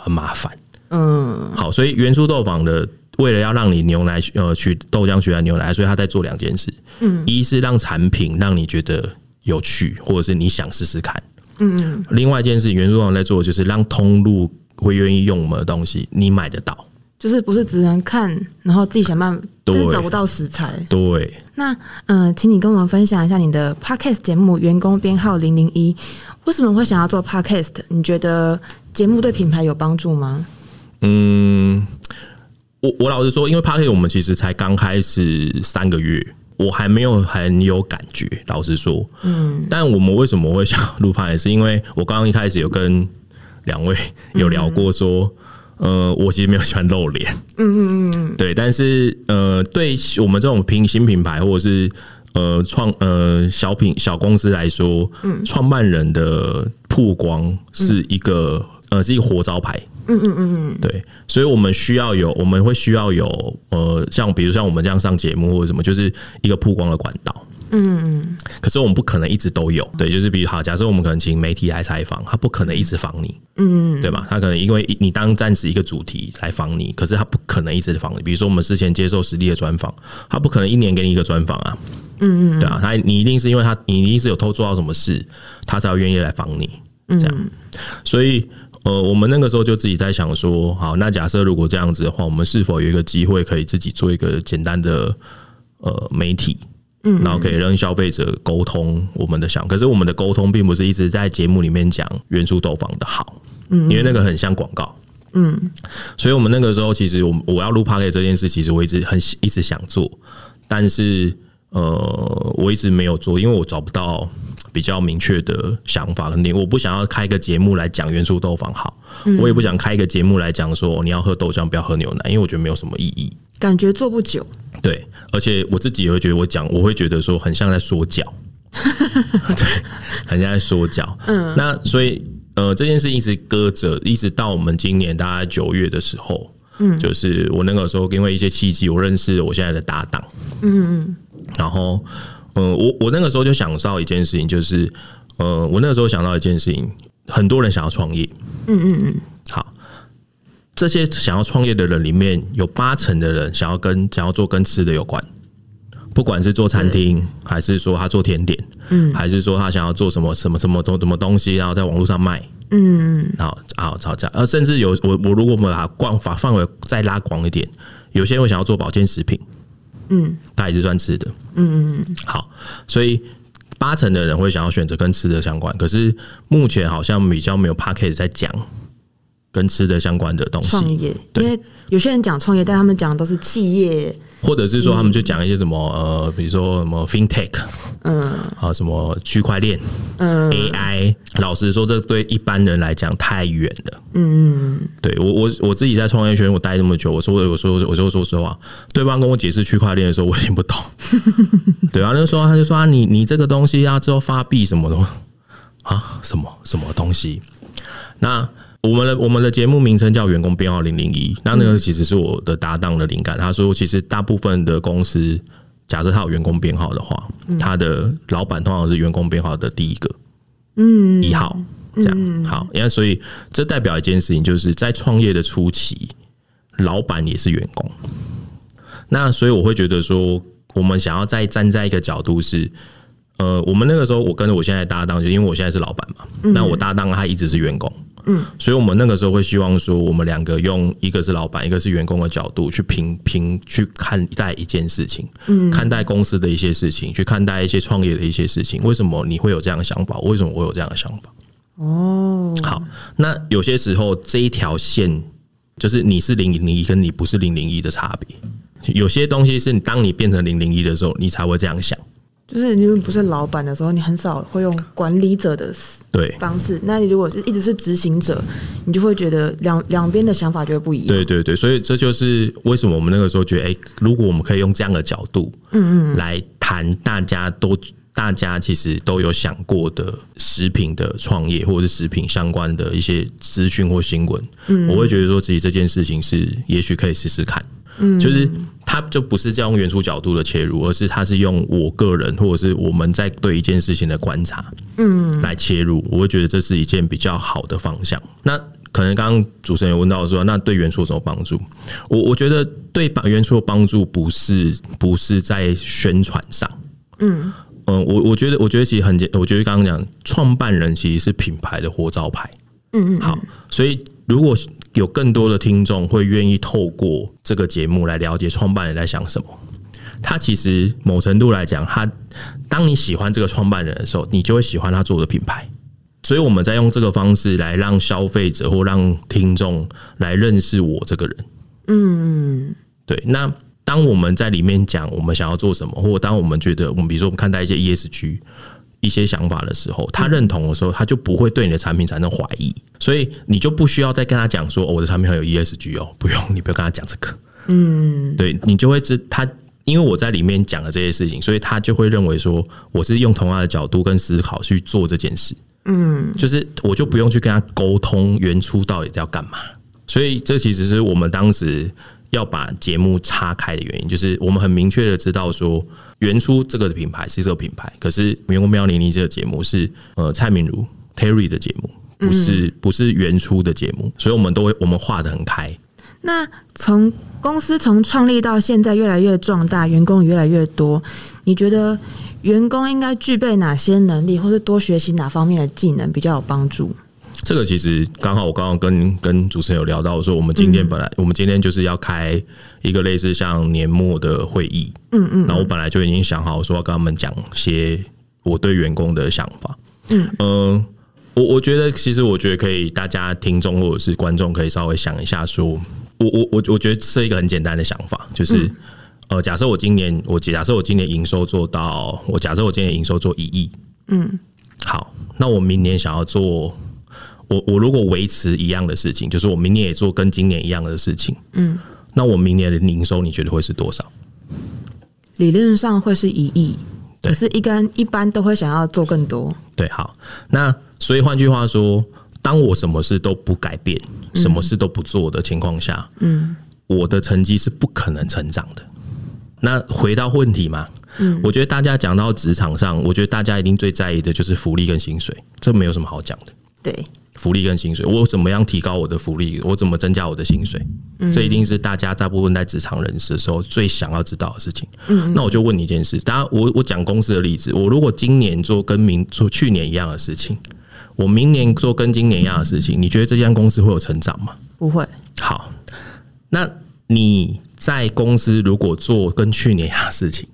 [SPEAKER 2] 很麻烦。
[SPEAKER 1] 嗯，
[SPEAKER 2] 好，所以原初豆坊的为了要让你牛奶呃取豆浆取代牛奶，所以他在做两件事，嗯，一是让产品让你觉得有趣，或者是你想试试看，嗯，另外一件事原初豆坊在做的就是让通路会愿意用我们的东西，你买得到，
[SPEAKER 1] 就是不是只能看，然后自己想办法，但是
[SPEAKER 2] 对
[SPEAKER 1] 找不到食材。
[SPEAKER 2] 对，
[SPEAKER 1] 那嗯、呃请你跟我们分享一下你的 podcast 节目员工编号零零一，为什么会想要做 podcast？你觉得节目对品牌有帮助吗？
[SPEAKER 2] 嗯，我我老实说，因为 p a r k e 我们其实才刚开始三个月，我还没有很有感觉。老实说，嗯，但我们为什么会想录 p a r k e 是因为我刚刚一开始有跟两位有聊过说。呃，我其实没有喜欢露脸，嗯嗯嗯，对，但是呃，对我们这种品新品牌或者是呃创呃小品小公司来说，嗯，创办人的曝光是一个、呃是一个活招牌，对，所以我们需要有，我们会需要有，呃，像比如像我们这样上节目或者什么，就是一个曝光的管道。
[SPEAKER 1] 嗯，
[SPEAKER 2] 可是我们不可能一直都有，对，就是比如好，假设我们可能请媒体来采访，他不可能一直访你，嗯，对吧？他可能因为你当暂时一个主题来访你，可是他不可能一直访你。比如说我们之前接受实力的专访，他不可能一年给你一个专访啊，嗯嗯，对啊，他你一定是因为他你一定是有偷做到什么事，他才会愿意来访你，这样，所以。呃，我们那个时候就自己在想说，好，那假设如果这样子的话，我们是否有一个机会可以自己做一个简单的呃媒体，然后可以让消费者沟通我们的想，可是我们的沟通并不是一直在节目里面讲元素豆坊的好，嗯，因为那个很像广告，嗯，所以我们那个时候其实我我要录 p a r k 这件事，其实我一直很一直想做，但是呃，我一直没有做，因为我找不到比较明确的想法肯定我不想要开一个节目来讲元素豆坊好，我也不想开一个节目来讲说哦你要喝豆浆不要喝牛奶，因为我觉得没有什么意义，
[SPEAKER 1] 感觉做不久。
[SPEAKER 2] 对，而且我自己也会觉得，我讲我会觉得说很像在说 教，对，很像在说教。嗯，那所以呃，这件事一直搁着，一直到我们今年大概九月的时候，嗯，就是我那个时候因为一些契机，我认识我现在的搭档，嗯嗯，然后嗯、呃我我那个时候就想到一件事情，就是呃，我那个时候想到一件事情，很多人想要创业，嗯嗯嗯，好，这些想要创业的人里面，有八成的人想要跟想要做跟吃的有关，不管是做餐厅，还是说他做甜点，嗯，还是说他想要做什么什么什么什么什么东西，然后在网络上卖，嗯，好好吵架，呃，甚至有我我如果我们把逛法范围再拉广一点，有些人会想要做保健食品，嗯，它也是算吃的，嗯嗯，好，所以。八成的人会想要选择跟吃的相关，可是目前好像比较没有 p a c k a g e 在讲跟吃的相关的东西。
[SPEAKER 1] 创业，因
[SPEAKER 2] 对
[SPEAKER 1] 为有些人讲创业，但他们讲的都是企业
[SPEAKER 2] 或者是说他们就讲一些什么呃，比如说什么 FinTech，嗯，啊，什么区块链，嗯，AI。老实说，这对一般人来讲太远了。嗯，对我我我自己在创业圈我待那么久，我说我说我说说实话，对方跟我解释区块链的时候，我听不 懂。对啊，那时候他就说啊，你你这个东西啊，之后发币什么的啊，什么什么东西？那我们的我们的节目名称叫员工编号零零一，那那个其实是我的搭档的灵感。他说，其实大部分的公司，假设他有员工编号的话，他的老板通常是员工编号的第一个，嗯，一号这样。好，因为所以这代表一件事情，就是在创业的初期，老板也是员工。那所以我会觉得说，我们想要再站在一个角度是，呃，我们那个时候我跟着我现在的搭档，就因为我现在是老板嘛，那我搭档他一直是员工，嗯，所以我们那个时候会希望说，我们两个用一个是老板，一个是员工的角度去评评去看待一件事情，嗯，看待公司的一些事情，去看待一些创业的一些事情。为什么你会有这样的想法？为什么我有这样的想法？
[SPEAKER 1] 哦，
[SPEAKER 2] 好，那有些时候这一条线就是你是零零一跟你不是零零一的差别。有些东西是你当你变成零零一的时候，你才会这样想。
[SPEAKER 3] 就是你如果不是老板的时候，你很少会用管理者的
[SPEAKER 2] 对，
[SPEAKER 3] 方式。那你如果是一直是执行者，你就会觉得两两边的想法就会不一样。
[SPEAKER 2] 对对对，所以这就是为什么我们那个时候觉得，哎、如果我们可以用这样的角度，嗯嗯，来谈大家都大家其实都有想过的食品的创业，或者是食品相关的一些资讯或新闻，嗯，我会觉得说，其实这件事情是也许可以试试看。嗯，就是它就不是这样用原初角度的切入，而是它是用我个人或者是我们在对一件事情的观察，来切入，我会觉得这是一件比较好的方向。那可能刚刚主持人有问到说，那对原初有什么帮助？我我觉得对帮原初的帮助不是不是在宣传上，嗯嗯，我我觉得我觉得其实很简，我觉得刚刚讲创办人其实是品牌的活招牌，嗯嗯，好，所以如果有更多的听众会愿意透过这个节目来了解创办人在想什么。他其实某程度来讲，他当你喜欢这个创办人的时候，你就会喜欢他做的品牌。所以我们在用这个方式来让消费者或让听众来认识我这个人。嗯，对。那当我们在里面讲我们想要做什么，或当我们觉得我们比如说我们看待一些 ESG 一些想法的时候，他认同的时候，他就不会对你的产品产生怀疑，所以你就不需要再跟他讲说、哦我的产品很有 ESG 哦，不用，你不要跟他讲这个。嗯，对你就会知他。因为我在里面讲了这些事情，所以他就会认为说我是用同样的角度跟思考去做这件事。就是我就不用去跟他沟通原初到底要干嘛。所以这其实是我们当时要把节目岔开的原因，就是我们很明确的知道说，原初这个品牌是这个品牌，可是《员工喵零零》这个节目是呃蔡敏如 Terry 的节目，不是、不是原初的节目，所以我们都会我们画的很开。
[SPEAKER 1] 那从公司从创立到现在越来越壮大，员工也越来越多，你觉得员工应该具备哪些能力，或是多学习哪方面的技能比较有帮助？
[SPEAKER 2] 这个其实刚好我刚刚跟跟主持人有聊到说，我们今天本来、我们今天就是要开一个类似像年末的会议，嗯嗯，然后我本来就已经想好说要跟他们讲些我对员工的想法，嗯我我觉得其实我觉得可以，大家听众或者是观众可以稍微想一下说，我我我我觉得是一个很简单的想法，就是。呃，假设我今年我假设我今年营收做到，我假设我今年营收做一亿，嗯，好，那我明年想要做我我如果维持一样的事情，就是我明年也做跟今年一样的事情，嗯，那我明年的营收你觉得会是多少？
[SPEAKER 1] 理论上会是一亿，
[SPEAKER 2] 对
[SPEAKER 1] 可是一般一般都会想要做更多。
[SPEAKER 2] 对，好，那所以换句话说，当我什么事都不改变，什么事都不做的情况下，嗯，我的成绩是不可能成长的。那回到问题嘛，嗯，我觉得大家讲到职场上，我觉得大家一定最在意的就是福利跟薪水，这没有什么好讲的。
[SPEAKER 1] 对，
[SPEAKER 2] 福利跟薪水，我怎么样提高我的福利，我怎么增加我的薪水，这一定是大家大部分在职场人士的时候最想要知道的事情。那我就问你一件事，当然我我讲公司的例子，我如果今年做跟明做去年一样的事情，我明年做跟今年一样的事情，你觉得这家公司会有成长吗？
[SPEAKER 1] 不会，
[SPEAKER 2] 好，那你在公司如果做跟去年一样的事情，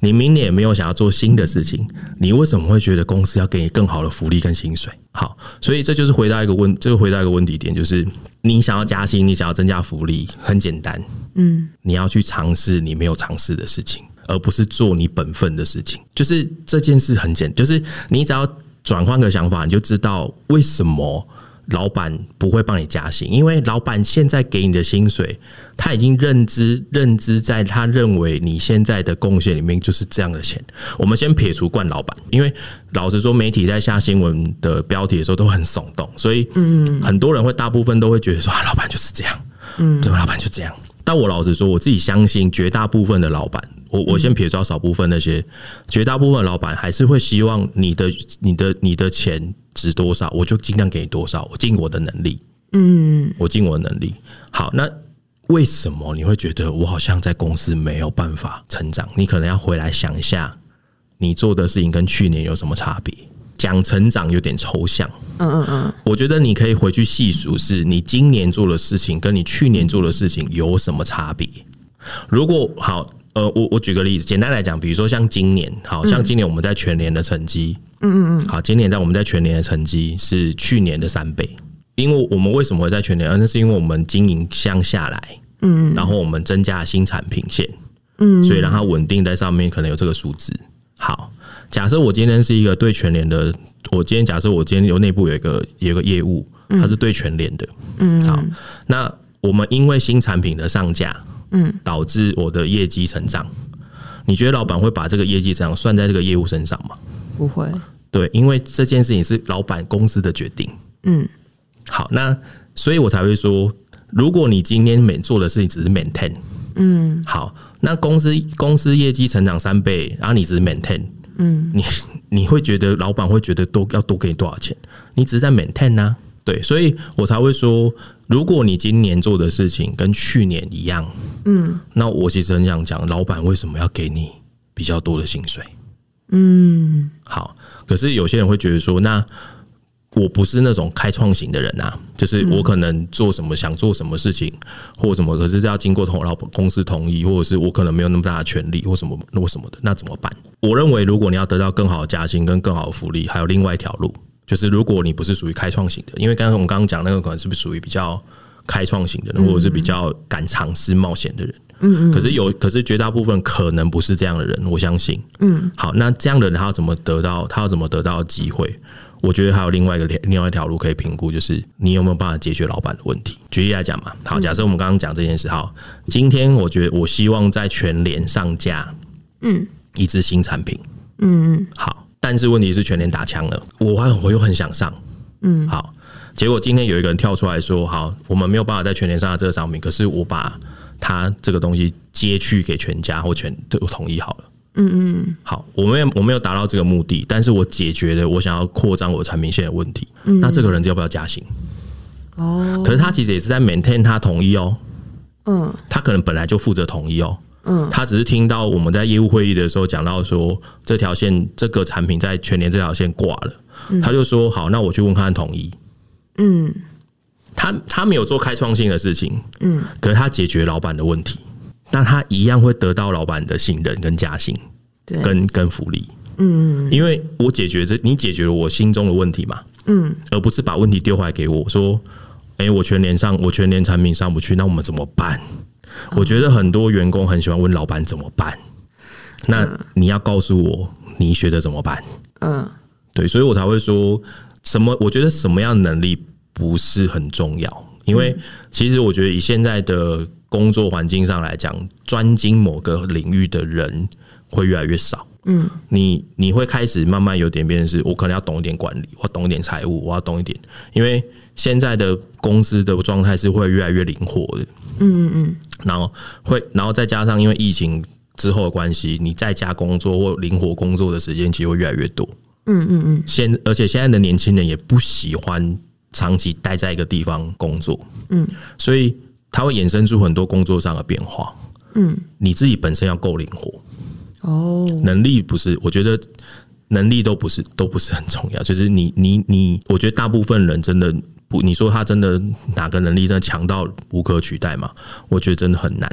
[SPEAKER 2] 你明年也没有想要做新的事情，你为什么会觉得公司要给你更好的福利跟薪水？好，所以这就是回答一个问，这个回答一个问题点，就是你想要加薪，你想要增加福利，很简单，嗯，你要去尝试你没有尝试的事情，而不是做你本分的事情。就是这件事很简，就是你只要转换个想法，你就知道为什么。老板不会帮你加薪，因为老板现在给你的薪水，他已经认知认知在他认为你现在的贡献里面就是这样的钱。我们先撇除惯老板，因为老实说，媒体在下新闻的标题的时候都很耸动，所以嗯，很多人会大部分都会觉得说，啊，老板就是这样，嗯，怎么老板就这样。但我老实说，我自己相信绝大部分的老板，我我先撇掉少部分那些，绝大部分的老板还是会希望你的、你的、你的钱值多少，我就尽量给你多少，我尽我的能力，嗯，我尽我的能力。好，那为什么你会觉得我好像在公司没有办法成长？你可能要回来想一下，你做的事情跟去年有什么差别？讲成长有点抽象，
[SPEAKER 3] 嗯嗯嗯，
[SPEAKER 2] 我觉得你可以回去细数，是你今年做的事情跟你去年做的事情有什么差别？如果好，呃，我我举个例子，简单来讲，比如说像今年，好像今年我们在全年的成绩，嗯嗯嗯嗯，好，今年在我们在全年的成绩是去年的三倍，因为我们为什么会在全年？呃那是因为我们经营向下来，嗯，然后我们增加了新产品线，嗯，所以让它稳定在上面，可能有这个数字。好，假设我今天是一个对全联的，我今天假设我今天有内部有一个有一个业务，它是对全联的，嗯，好，那我们因为新产品的上架，嗯，导致我的业绩成长，你觉得老板会把这个业绩成长算在这个业务身上吗？
[SPEAKER 3] 不会，
[SPEAKER 2] 对，因为这件事情是老板公司的决定。
[SPEAKER 3] 嗯，
[SPEAKER 2] 好，那所以我才会说，如果你今天每做的事情只是 maintain，嗯，好，那公司公司业绩成长三倍，然后你只是 maintain，嗯，你你会觉得老板会觉得多要多给你多少钱？你只是在 maintain 啊，对，所以我才会说，如果你今年做的事情跟去年一样，嗯，那我其实很想讲，老板为什么要给你比较多的薪水？嗯，好，可是有些人会觉得说，那我不是那种开创型的人啊，就是我可能做什么想做什么事情或什么，可是要经过同老板公司同意，或者是我可能没有那么大的权利或什么或什么的，那怎么办？我认为，如果你要得到更好的加薪跟更好的福利，还有另外一条路，就是如果你不是属于开创型的，因为刚才我们刚刚讲那个可能是不是属于比较开创型的人，或者是比较敢尝试冒险的人。嗯嗯，可是有，可是绝大部分可能不是这样的人，我相信。嗯，好，那这样的人他要怎么得到？他要怎么得到机会？我觉得还有另外一个另外一条路可以评估，就是你有没有办法解决老板的问题。举例来讲嘛，好，假设我们刚刚讲这件事，好，今天我觉得我希望在全联上架，嗯，一支新产品，嗯嗯，好，但是问题是全联打枪了，我还我又很想上，嗯，好，结果今天有一个人跳出来说，好，我们没有办法在全联上架这个商品，可是我把他这个东西接去给全家或全都统一好了。
[SPEAKER 3] 嗯
[SPEAKER 2] 好，我没有我没有达到这个目的，但是我解决了我想要扩张我的产品线的问题。那这个人要不要加薪？
[SPEAKER 3] 嗯哦，
[SPEAKER 2] 可是他其实也是在 maintain 他同意哦，
[SPEAKER 3] 嗯
[SPEAKER 2] 他可能本来就负责同意哦。
[SPEAKER 3] 嗯，
[SPEAKER 2] 他只是听到我们在业务会议的时候讲到说这条线这个产品在全年这条线挂了，他就说好，那我去问看看统一。
[SPEAKER 3] 嗯
[SPEAKER 2] 他他没有做开创性的事情，嗯，可是他解决老板的问题，那他一样会得到老板的信任跟加薪。
[SPEAKER 3] 对，
[SPEAKER 2] 跟跟福利。嗯，因为我解决这，你解决了我心中的问题嘛。嗯，而不是把问题丢回来给我说，哎、我全年上，我全年产品上不去，那我们怎么办？我觉得很多员工很喜欢问老板怎么办，那你要告诉我你学的怎么办？
[SPEAKER 3] 嗯
[SPEAKER 2] 对，所以我才会说什么，我觉得什么样的能力不是很重要，因
[SPEAKER 3] 嗯
[SPEAKER 2] 为其实我觉得以现在的工作环境上来讲，专精某个领域的人会越来越少。
[SPEAKER 3] 嗯，
[SPEAKER 2] 你你会开始慢慢有点变成是，我可能要懂一点管理，我要懂一点财务，我要懂一点，因为现在的公司的状态是会越来越灵活的。
[SPEAKER 3] 嗯嗯
[SPEAKER 2] 然后会，然后再加上因为疫情之后的关系，你在家工作或灵活工作的时间其实会越来越多。
[SPEAKER 3] 嗯嗯嗯，
[SPEAKER 2] 现而且现在的年轻人也不喜欢长期待在一个地方工作，
[SPEAKER 3] 嗯，
[SPEAKER 2] 所以它会衍生出很多工作上的变化。
[SPEAKER 3] 嗯，
[SPEAKER 2] 你自己本身要够灵活，
[SPEAKER 3] 哦，
[SPEAKER 2] 能力不是，我觉得能力都不是都不是很重要，就是你你你，我觉得大部分人真的不，你说他真的哪个能力真的强到无可取代嘛？我觉得真的很难。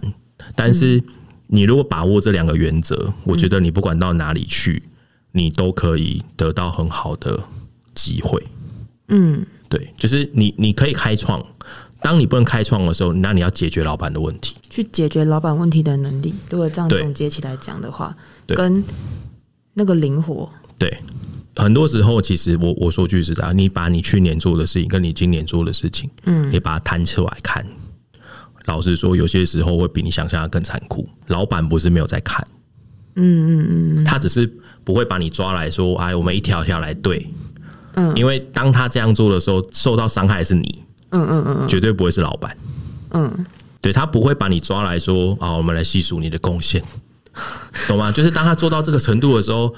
[SPEAKER 2] 但是你如果把握这两个原则，我觉得你不管到哪里去，你都可以得到很好的机会。
[SPEAKER 3] 嗯
[SPEAKER 2] 对，就是你你可以开创，当你不能开创的时候，那你要解决老板的问题。
[SPEAKER 3] 去解决老板问题的能力。如果这样
[SPEAKER 2] 对
[SPEAKER 3] 总结起来讲的话，
[SPEAKER 2] 对
[SPEAKER 3] 跟那个灵活，
[SPEAKER 2] 对，很多时候其实我我说句实在，你把你去年做的事情跟你今年做的事情，嗯，你把它摊出来看，老实说，有些时候会比你想象的更残酷。老板不是没有在看，嗯嗯嗯，他只是不会把你抓来说，哎，我们一条一条来对。嗯，因为当他这样做的时候，受到伤害的是你，
[SPEAKER 3] 嗯嗯嗯，
[SPEAKER 2] 绝对不会是老板。嗯，对他不会把你抓来说啊，我们来细数你的贡献，懂吗？就是当他做到这个程度的时候，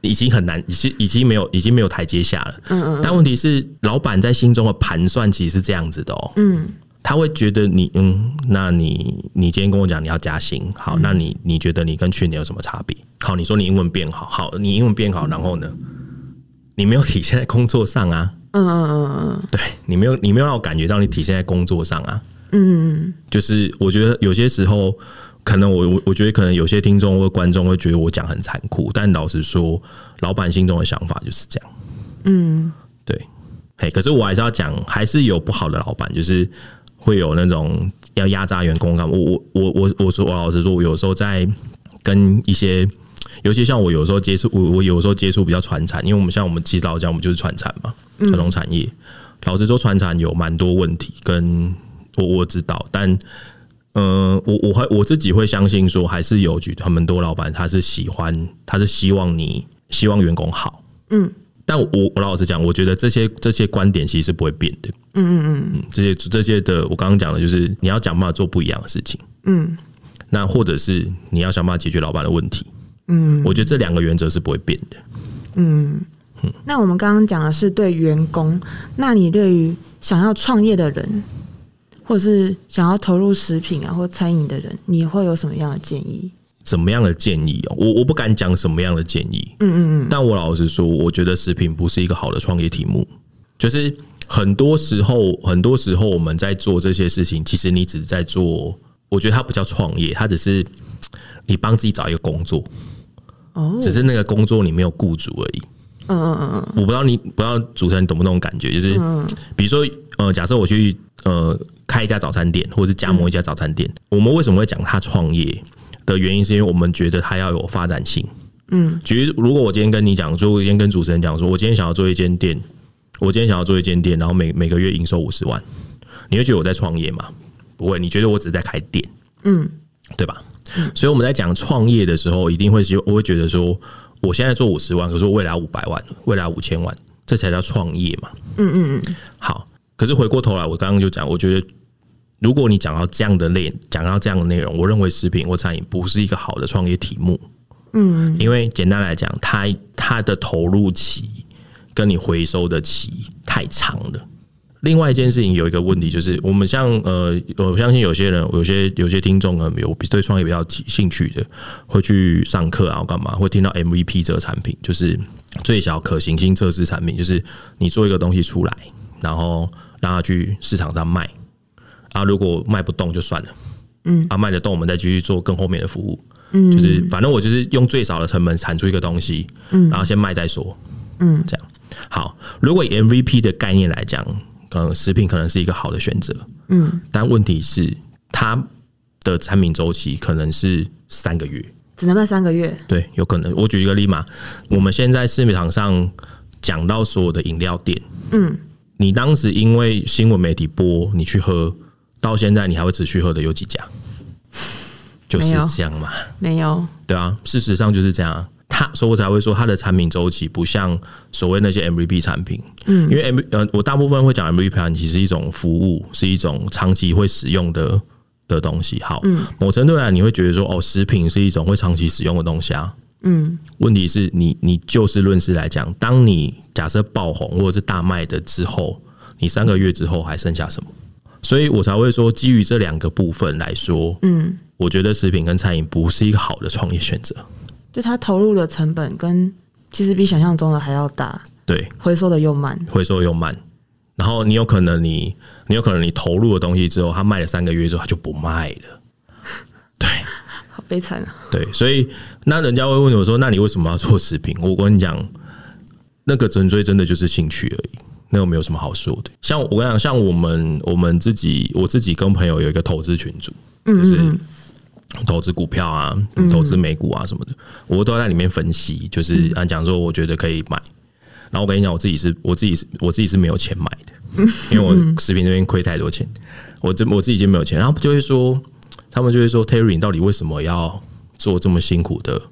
[SPEAKER 2] 已经很难，已经已经没有已经没有台阶下了。嗯嗯。但问题是，老板在心中的盘算其实是这样子的哦。嗯。他会觉得你，嗯，那你你今天跟我讲你要加薪，好，那你你觉得你跟去年有什么差别？好，你说你英文变好，好，你英文变好，然后呢？你没有体现在工作上啊，
[SPEAKER 3] 嗯嗯嗯嗯，
[SPEAKER 2] 对你没有，你没有让我感觉到你体现在工作上啊。嗯，就是我觉得有些时候，可能我我我觉得可能有些听众或观众会觉得我讲很残酷，但老实说，老板心中的想法就是这样。嗯，对。嘿，可是我还是要讲，还是有不好的老板，就是会有那种要压榨员工干嘛。我我我我我说，我老实说，我有时候在跟一些。尤其像我有时候接触，我我有时候接触比较传产，因为我们像我们其实老实讲，我们就是传产嘛，传统产业。老实说，船产有蛮多问题，跟我我知道，但呃，我我还我自己会相信说，还是有举很多老板他是喜欢，他是希望你希望员工好，嗯。但我我老实讲，我觉得这些这些观点其实是不会变的，嗯嗯嗯，这些这些的，我刚刚讲的就是你要想办法做不一样的事情，嗯。那或者是你要想办法解决老板的问题，嗯，我觉得这两个原则是不会变的。
[SPEAKER 3] 那我们刚刚讲的是对员工，那你对于想要创业的人，或者是想要投入食品啊或餐饮的人，你会有什么样的建议？
[SPEAKER 2] 怎么样的建议哦，我我不敢讲什么样的建议，嗯嗯嗯，但我老实说，我觉得食品不是一个好的创业题目，就是很多时候，很多时候我们在做这些事情，其实你只是在做，我觉得它不叫创业，它只是你帮自己找一个工作，
[SPEAKER 3] 哦，
[SPEAKER 2] 只是那个工作你没有雇主而已，
[SPEAKER 3] 嗯嗯嗯嗯，
[SPEAKER 2] 我不知道你不知道主持人懂不懂感觉，就是比如说呃，假设我去呃开一家早餐店，或者是加盟一家早餐店，我们为什么会讲他创业的原因，是因为我们觉得他要有发展性。嗯，其实如果我今天跟你讲，说我今天跟主持人讲说，我今天想要做一间店，我今天想要做一间店，然后每每个月营收五十万，你会觉得我在创业吗？不会，你觉得我只是在开店，嗯，对吧？所以我们在讲创业的时候，一定会希我会觉得说，我现在做五十万，可是我未来五百万，未来五千万，这才叫创业嘛。嗯嗯嗯。好，可是回过头来，我刚刚就讲，我觉得如果你讲到这样的内，讲到这样的内容，我认为食品或餐饮不是一个好的创业题目。嗯，因为简单来讲，它它的投入期跟你回收的期太长了。另外一件事情有一个问题，就是我们像呃，我相信有些人，有些有些听众啊，有比对创业比较有兴趣的，会去上课啊，干嘛？会听到 MVP 这个产品，就是最小可行性测试产品，就是你做一个东西出来，然后让它去市场上卖，啊，如果卖不动就算了，嗯，啊，卖得动我们再继续做更后面的服务，嗯，就是反正我就是用最少的成本产出一个东西，嗯，然后先卖再说，嗯，这样好。如果以 MVP 的概念来讲，嗯，食品可能是一个好的选择，嗯，但问题是它的产品周期可能是三个月，
[SPEAKER 3] 只能卖三个月，
[SPEAKER 2] 对，有可能。我举一个例嘛，我们现在市场上讲到所有的饮料店，嗯，你当时因为新闻媒体播，你去喝，到现在你还会持续喝的有几家？就是
[SPEAKER 3] 没有
[SPEAKER 2] 这样嘛，
[SPEAKER 3] 没有，
[SPEAKER 2] 对啊，事实上就是这样啊。它，所以我才会说它的产品周期不像所谓那些 MVP 产品，嗯，因为 M 呃，我大部分会讲 MVP 产品是一种服务，是一种长期会使用的的东西。好，某程度上你会觉得说，哦，食品是一种会长期使用的东西啊，嗯。问题是你你就事论事来讲，当你假设爆红或者是大卖的之后，你三个月之后还剩下什么？所以我才会说，基于这两个部分来说，嗯，我觉得食品跟餐饮不是一个好的创业选择。
[SPEAKER 3] 就他投入的成本跟其实比想象中的还要大，
[SPEAKER 2] 对，
[SPEAKER 3] 回收的又慢，
[SPEAKER 2] 回收又慢，然后你有可能你你有可能你投入的东西之后，它卖了三个月之后，它就不卖了。对
[SPEAKER 3] 好悲惨啊！
[SPEAKER 2] 对，所以那人家会问我说：“那你为什么要做食品？”我跟你讲，那个纯粹真的就是兴趣而已。那又没有什么好说的。像我跟你讲，像我们我们自己，我自己跟朋友有一个投资群组，就是投资股票啊、投资美股啊什么的，我都在里面分析，就是按讲说我觉得可以买。然后我跟你讲，我自己是我自己是我自己是没有钱买的，因为我食品这边亏太多钱，我这我自己已经没有钱。然后就会说，他们就会说，Terry 你到底为什么要做这么辛苦的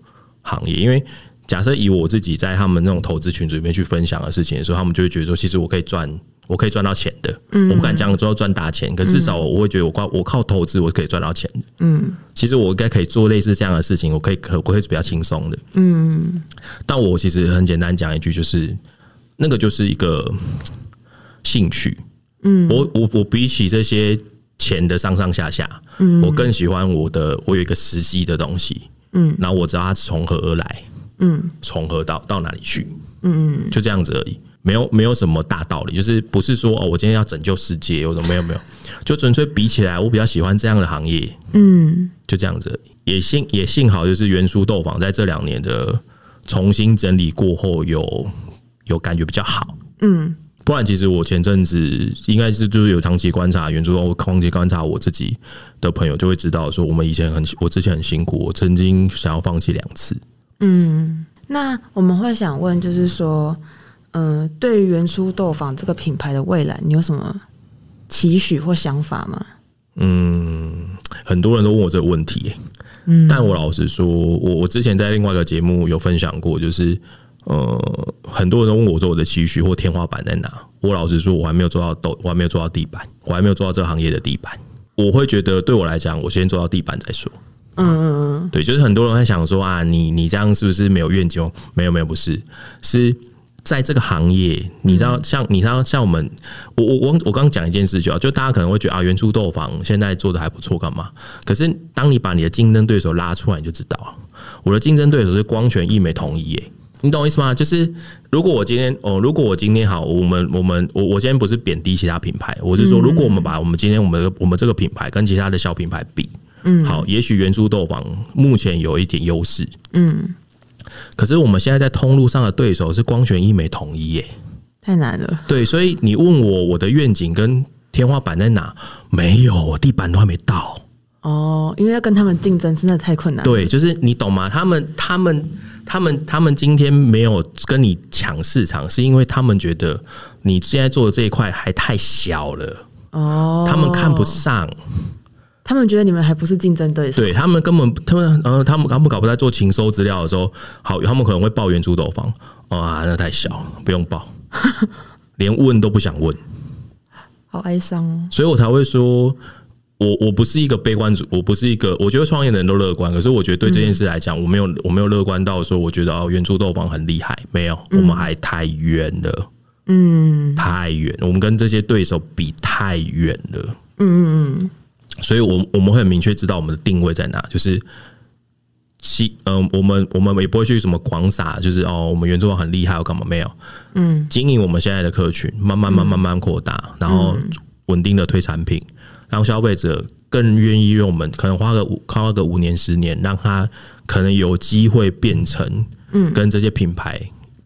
[SPEAKER 2] 行业？因为假设以我自己在他们那种投资群组里面去分享的事情的时候，他们就会觉得说，其实我可以赚，我可以赚到钱的。我不敢讲说赚大钱，可至少我会觉得我靠我靠投资我是可以赚到钱的。嗯，其实我应该可以做类似这样的事情，我可以可我会是比较轻松的。嗯，但我其实很简单讲一句，就是那个就是一个兴趣。嗯，我我我比起这些钱的上上下下，嗯，我更喜欢我的我有一个实际的东西。嗯，然后我知道它从何而来。从何到到哪里去，嗯，就这样子而已，没有没有什么大道理，就是不是说哦，我今天要拯救世界，我怎么没有没有，就纯粹比起来，我比较喜欢这样的行业，
[SPEAKER 3] 嗯，
[SPEAKER 2] 就这样子而已，也幸也幸好就是原书豆坊在这两年的重新整理过后有，有感觉比较好，
[SPEAKER 3] 嗯，
[SPEAKER 2] 不然其实我前阵子应该是就是有长期观察原著，我长期观察我自己的朋友就会知道说，我们以前很我之前很辛苦，我曾经想要放弃两次，
[SPEAKER 3] 那我们会想问，就是说，呃，对于原书豆坊这个品牌的未来，你有什么期许或想法吗？
[SPEAKER 2] 很多人都问我这个问题、嗯，但我老实说，我我之前在另外一个节目有分享过，就是呃，很多人都问我说我的期许或天花板在哪。我老实说，我还没有做到斗，我还没有做到地板，我还没有做到这个行业的地板。我会觉得对我来讲，我先做到地板再说。嗯嗯嗯，对，就是很多人会想说啊，你你这样是不是没有愿景？没有没有，不是，是在这个行业，你知道，像你知道，像我们，我我我我刚刚讲一件事就好，就大家可能会觉得啊，原初豆坊现在做的还不错，干嘛？可是当你把你的竞争对手拉出来，你就知道了。我的竞争对手是光泉、一美、统一耶。你懂我意思吗？就是如果我今天哦，如果我今天好，我们我们我我今天不是贬低其他品牌，我是说，如果我们把我们今天我们的我们这个品牌跟其他的小品牌比，嗯，好，也许原珠豆坊目前有一点优势，嗯，可是我们现在在通路上的对手是光泉、一美、统一耶，
[SPEAKER 3] 太难了，
[SPEAKER 2] 对，所以你问我我的愿景跟天花板在哪？没有，我地板都还没到。
[SPEAKER 3] 哦，因为要跟他们竞争真的太困难了。
[SPEAKER 2] 对，就是你懂吗？他们他们他们他们今天没有跟你抢市场，是因为他们觉得你现在做的这一块还太小了，
[SPEAKER 3] 哦，
[SPEAKER 2] 他们看不上。
[SPEAKER 3] 他们觉得你们还不是竞争对手。
[SPEAKER 2] 对他们根本，他们呃，他们他们搞不在做情收资料的时候，好，他们可能会抱怨猪豆坊啊，那太小，不用报，连问都不想问。
[SPEAKER 3] 好哀伤哦。
[SPEAKER 2] 所以我才会说，我我不是一个悲观主，我不是一个，我觉得创业的人都乐观，可是我觉得对这件事来讲，我没有我没有乐观到说，我觉得哦，原著豆坊很厉害，没有，我们还太远了，嗯，太远，我们跟这些对手比太远了，嗯嗯嗯，所以我我们会很明确知道我们的定位在哪，就是。其嗯、我们我们也不会去什么狂撒，就是哦，我们原著坊很厉害，我干嘛没有？经营我们现在的客群，慢慢、慢慢、慢慢扩大，然后稳定的推产品，让消费者更愿意用我们，可能花个五花个五年、十年，让他可能有机会变成，嗯，跟这些品牌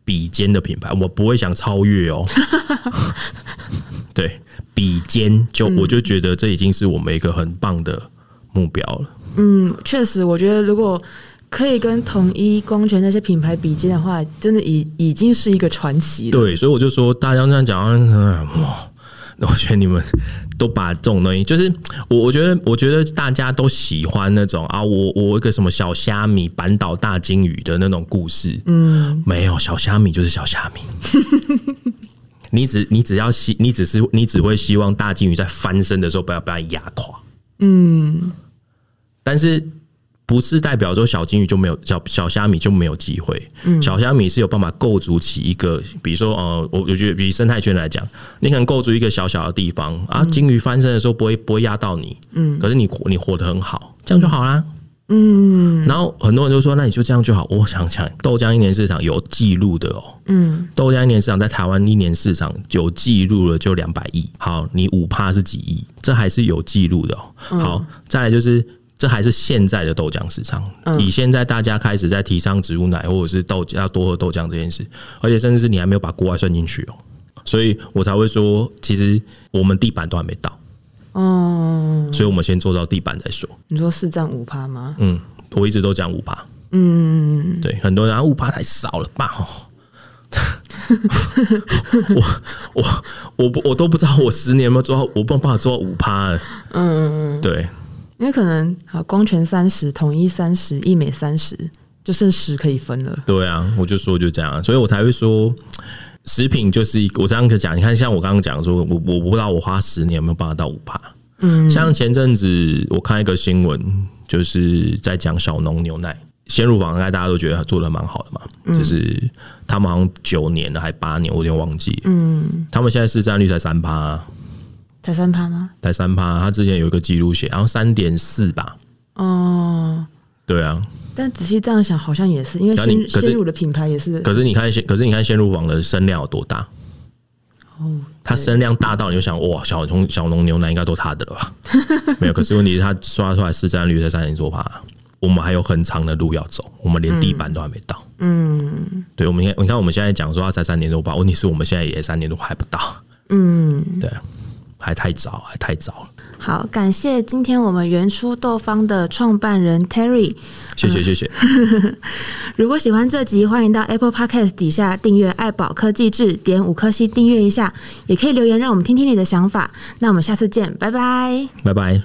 [SPEAKER 2] 比肩的品牌，我不会想超越哦，对，比肩就我就觉得这已经是我们一个很棒的目标了。
[SPEAKER 3] 嗯，确实，我觉得如果可以跟统一、光泉那些品牌比肩的话，真的已已经是一个传奇了。
[SPEAKER 2] 对，所以我就说，大家这样讲，嗯哇，那我觉得你们都把这种东西，就是我我觉得，我觉得大家都喜欢那种啊，我我一个什么小虾米板倒大金鱼的那种故事，嗯，没有小虾米就是小虾米。 你只你只要希，你只是你只会希望大金鱼在翻身的时候不要被它压垮，嗯，但是不是代表说小金鱼就没有小小虾米就没有机会？小虾米是有办法构筑起一个，比如说呃，我我觉得以生态圈来讲，你可能构筑一个小小的地方啊，金鱼翻身的时候不会不会压到你，嗯，可是你活你活得很好，这样就好啦。嗯，然后很多人就说，那你就这样就好。我想想，豆浆一年市场有记录的哦，嗯，豆浆一年市场在台湾一年市场有记录了就两百亿，好，你五趴是几亿，这还是有记录的哦。好，再来就是这还是现在的豆浆市场，以现在大家开始在提倡植物奶或者是豆要多喝豆浆这件事，而且甚至是你还没有把国外算进去哦。所以我才会说，其实我们地板都还没到，
[SPEAKER 1] 嗯
[SPEAKER 3] 哦，
[SPEAKER 2] 所以我们先做到地板再说。
[SPEAKER 3] 你说是占五趴吗？
[SPEAKER 2] 嗯，我一直都讲五趴，
[SPEAKER 3] 嗯，
[SPEAKER 2] 对，很多人啊五趴太少了吧？哦 我我我不我都不知道我十年有没有做到，我没有办法做到五趴、欸。嗯，对，
[SPEAKER 3] 因为可能啊，光权三十，统一三十，一美三十，就剩十可以分了。
[SPEAKER 2] 对啊，我就说就这样、啊，所以我才会说，食品就是一个。我刚刚讲，你看，像我刚刚讲说，我我我不知道我花十年有没有办法到五趴。嗯，像前阵子我看一个新闻，就是在讲小农牛奶鲜乳坊，应该大家都觉得它做的蛮好的嘛。就是他们好像九年了，还八年，我有点忘记。嗯，他们现在市占率才三趴，
[SPEAKER 3] 才三趴吗？
[SPEAKER 2] 才三趴。他之前有一个记录写，然后三点四吧。
[SPEAKER 3] 哦，
[SPEAKER 2] 对啊，
[SPEAKER 3] 但仔细这样想，好像也是，因为
[SPEAKER 2] 那你
[SPEAKER 3] 鲜
[SPEAKER 2] 可是
[SPEAKER 3] 鲜乳的品牌也是
[SPEAKER 2] 可是你看鲜，可是你看鲜乳坊的声量有多大？
[SPEAKER 3] 哦，
[SPEAKER 2] 它声量大到你就想哇，小农小农牛奶应该都他的了 吧？没有，可是问题是它刷出来市占率才三点多趴，我们还有很长的路要走，我们连地板都还没到。
[SPEAKER 3] 嗯
[SPEAKER 2] 对，我们现在你看我们现在讲说它才三点多趴，问题是我们现在也三点多还不到，
[SPEAKER 3] 嗯，
[SPEAKER 2] 对，啊还太早，还太早了。
[SPEAKER 1] 好，感谢今天我们原初豆方的创办人 Terry。
[SPEAKER 2] 谢
[SPEAKER 3] 嗯
[SPEAKER 2] 谢，谢谢，
[SPEAKER 1] 如果喜欢这集，欢迎到 Apple Podcast 底下订阅“爱宝科技志”，点五颗星订阅一下，也可以留言让我们听听你的想法。那我们下次见，拜拜。
[SPEAKER 2] 拜拜。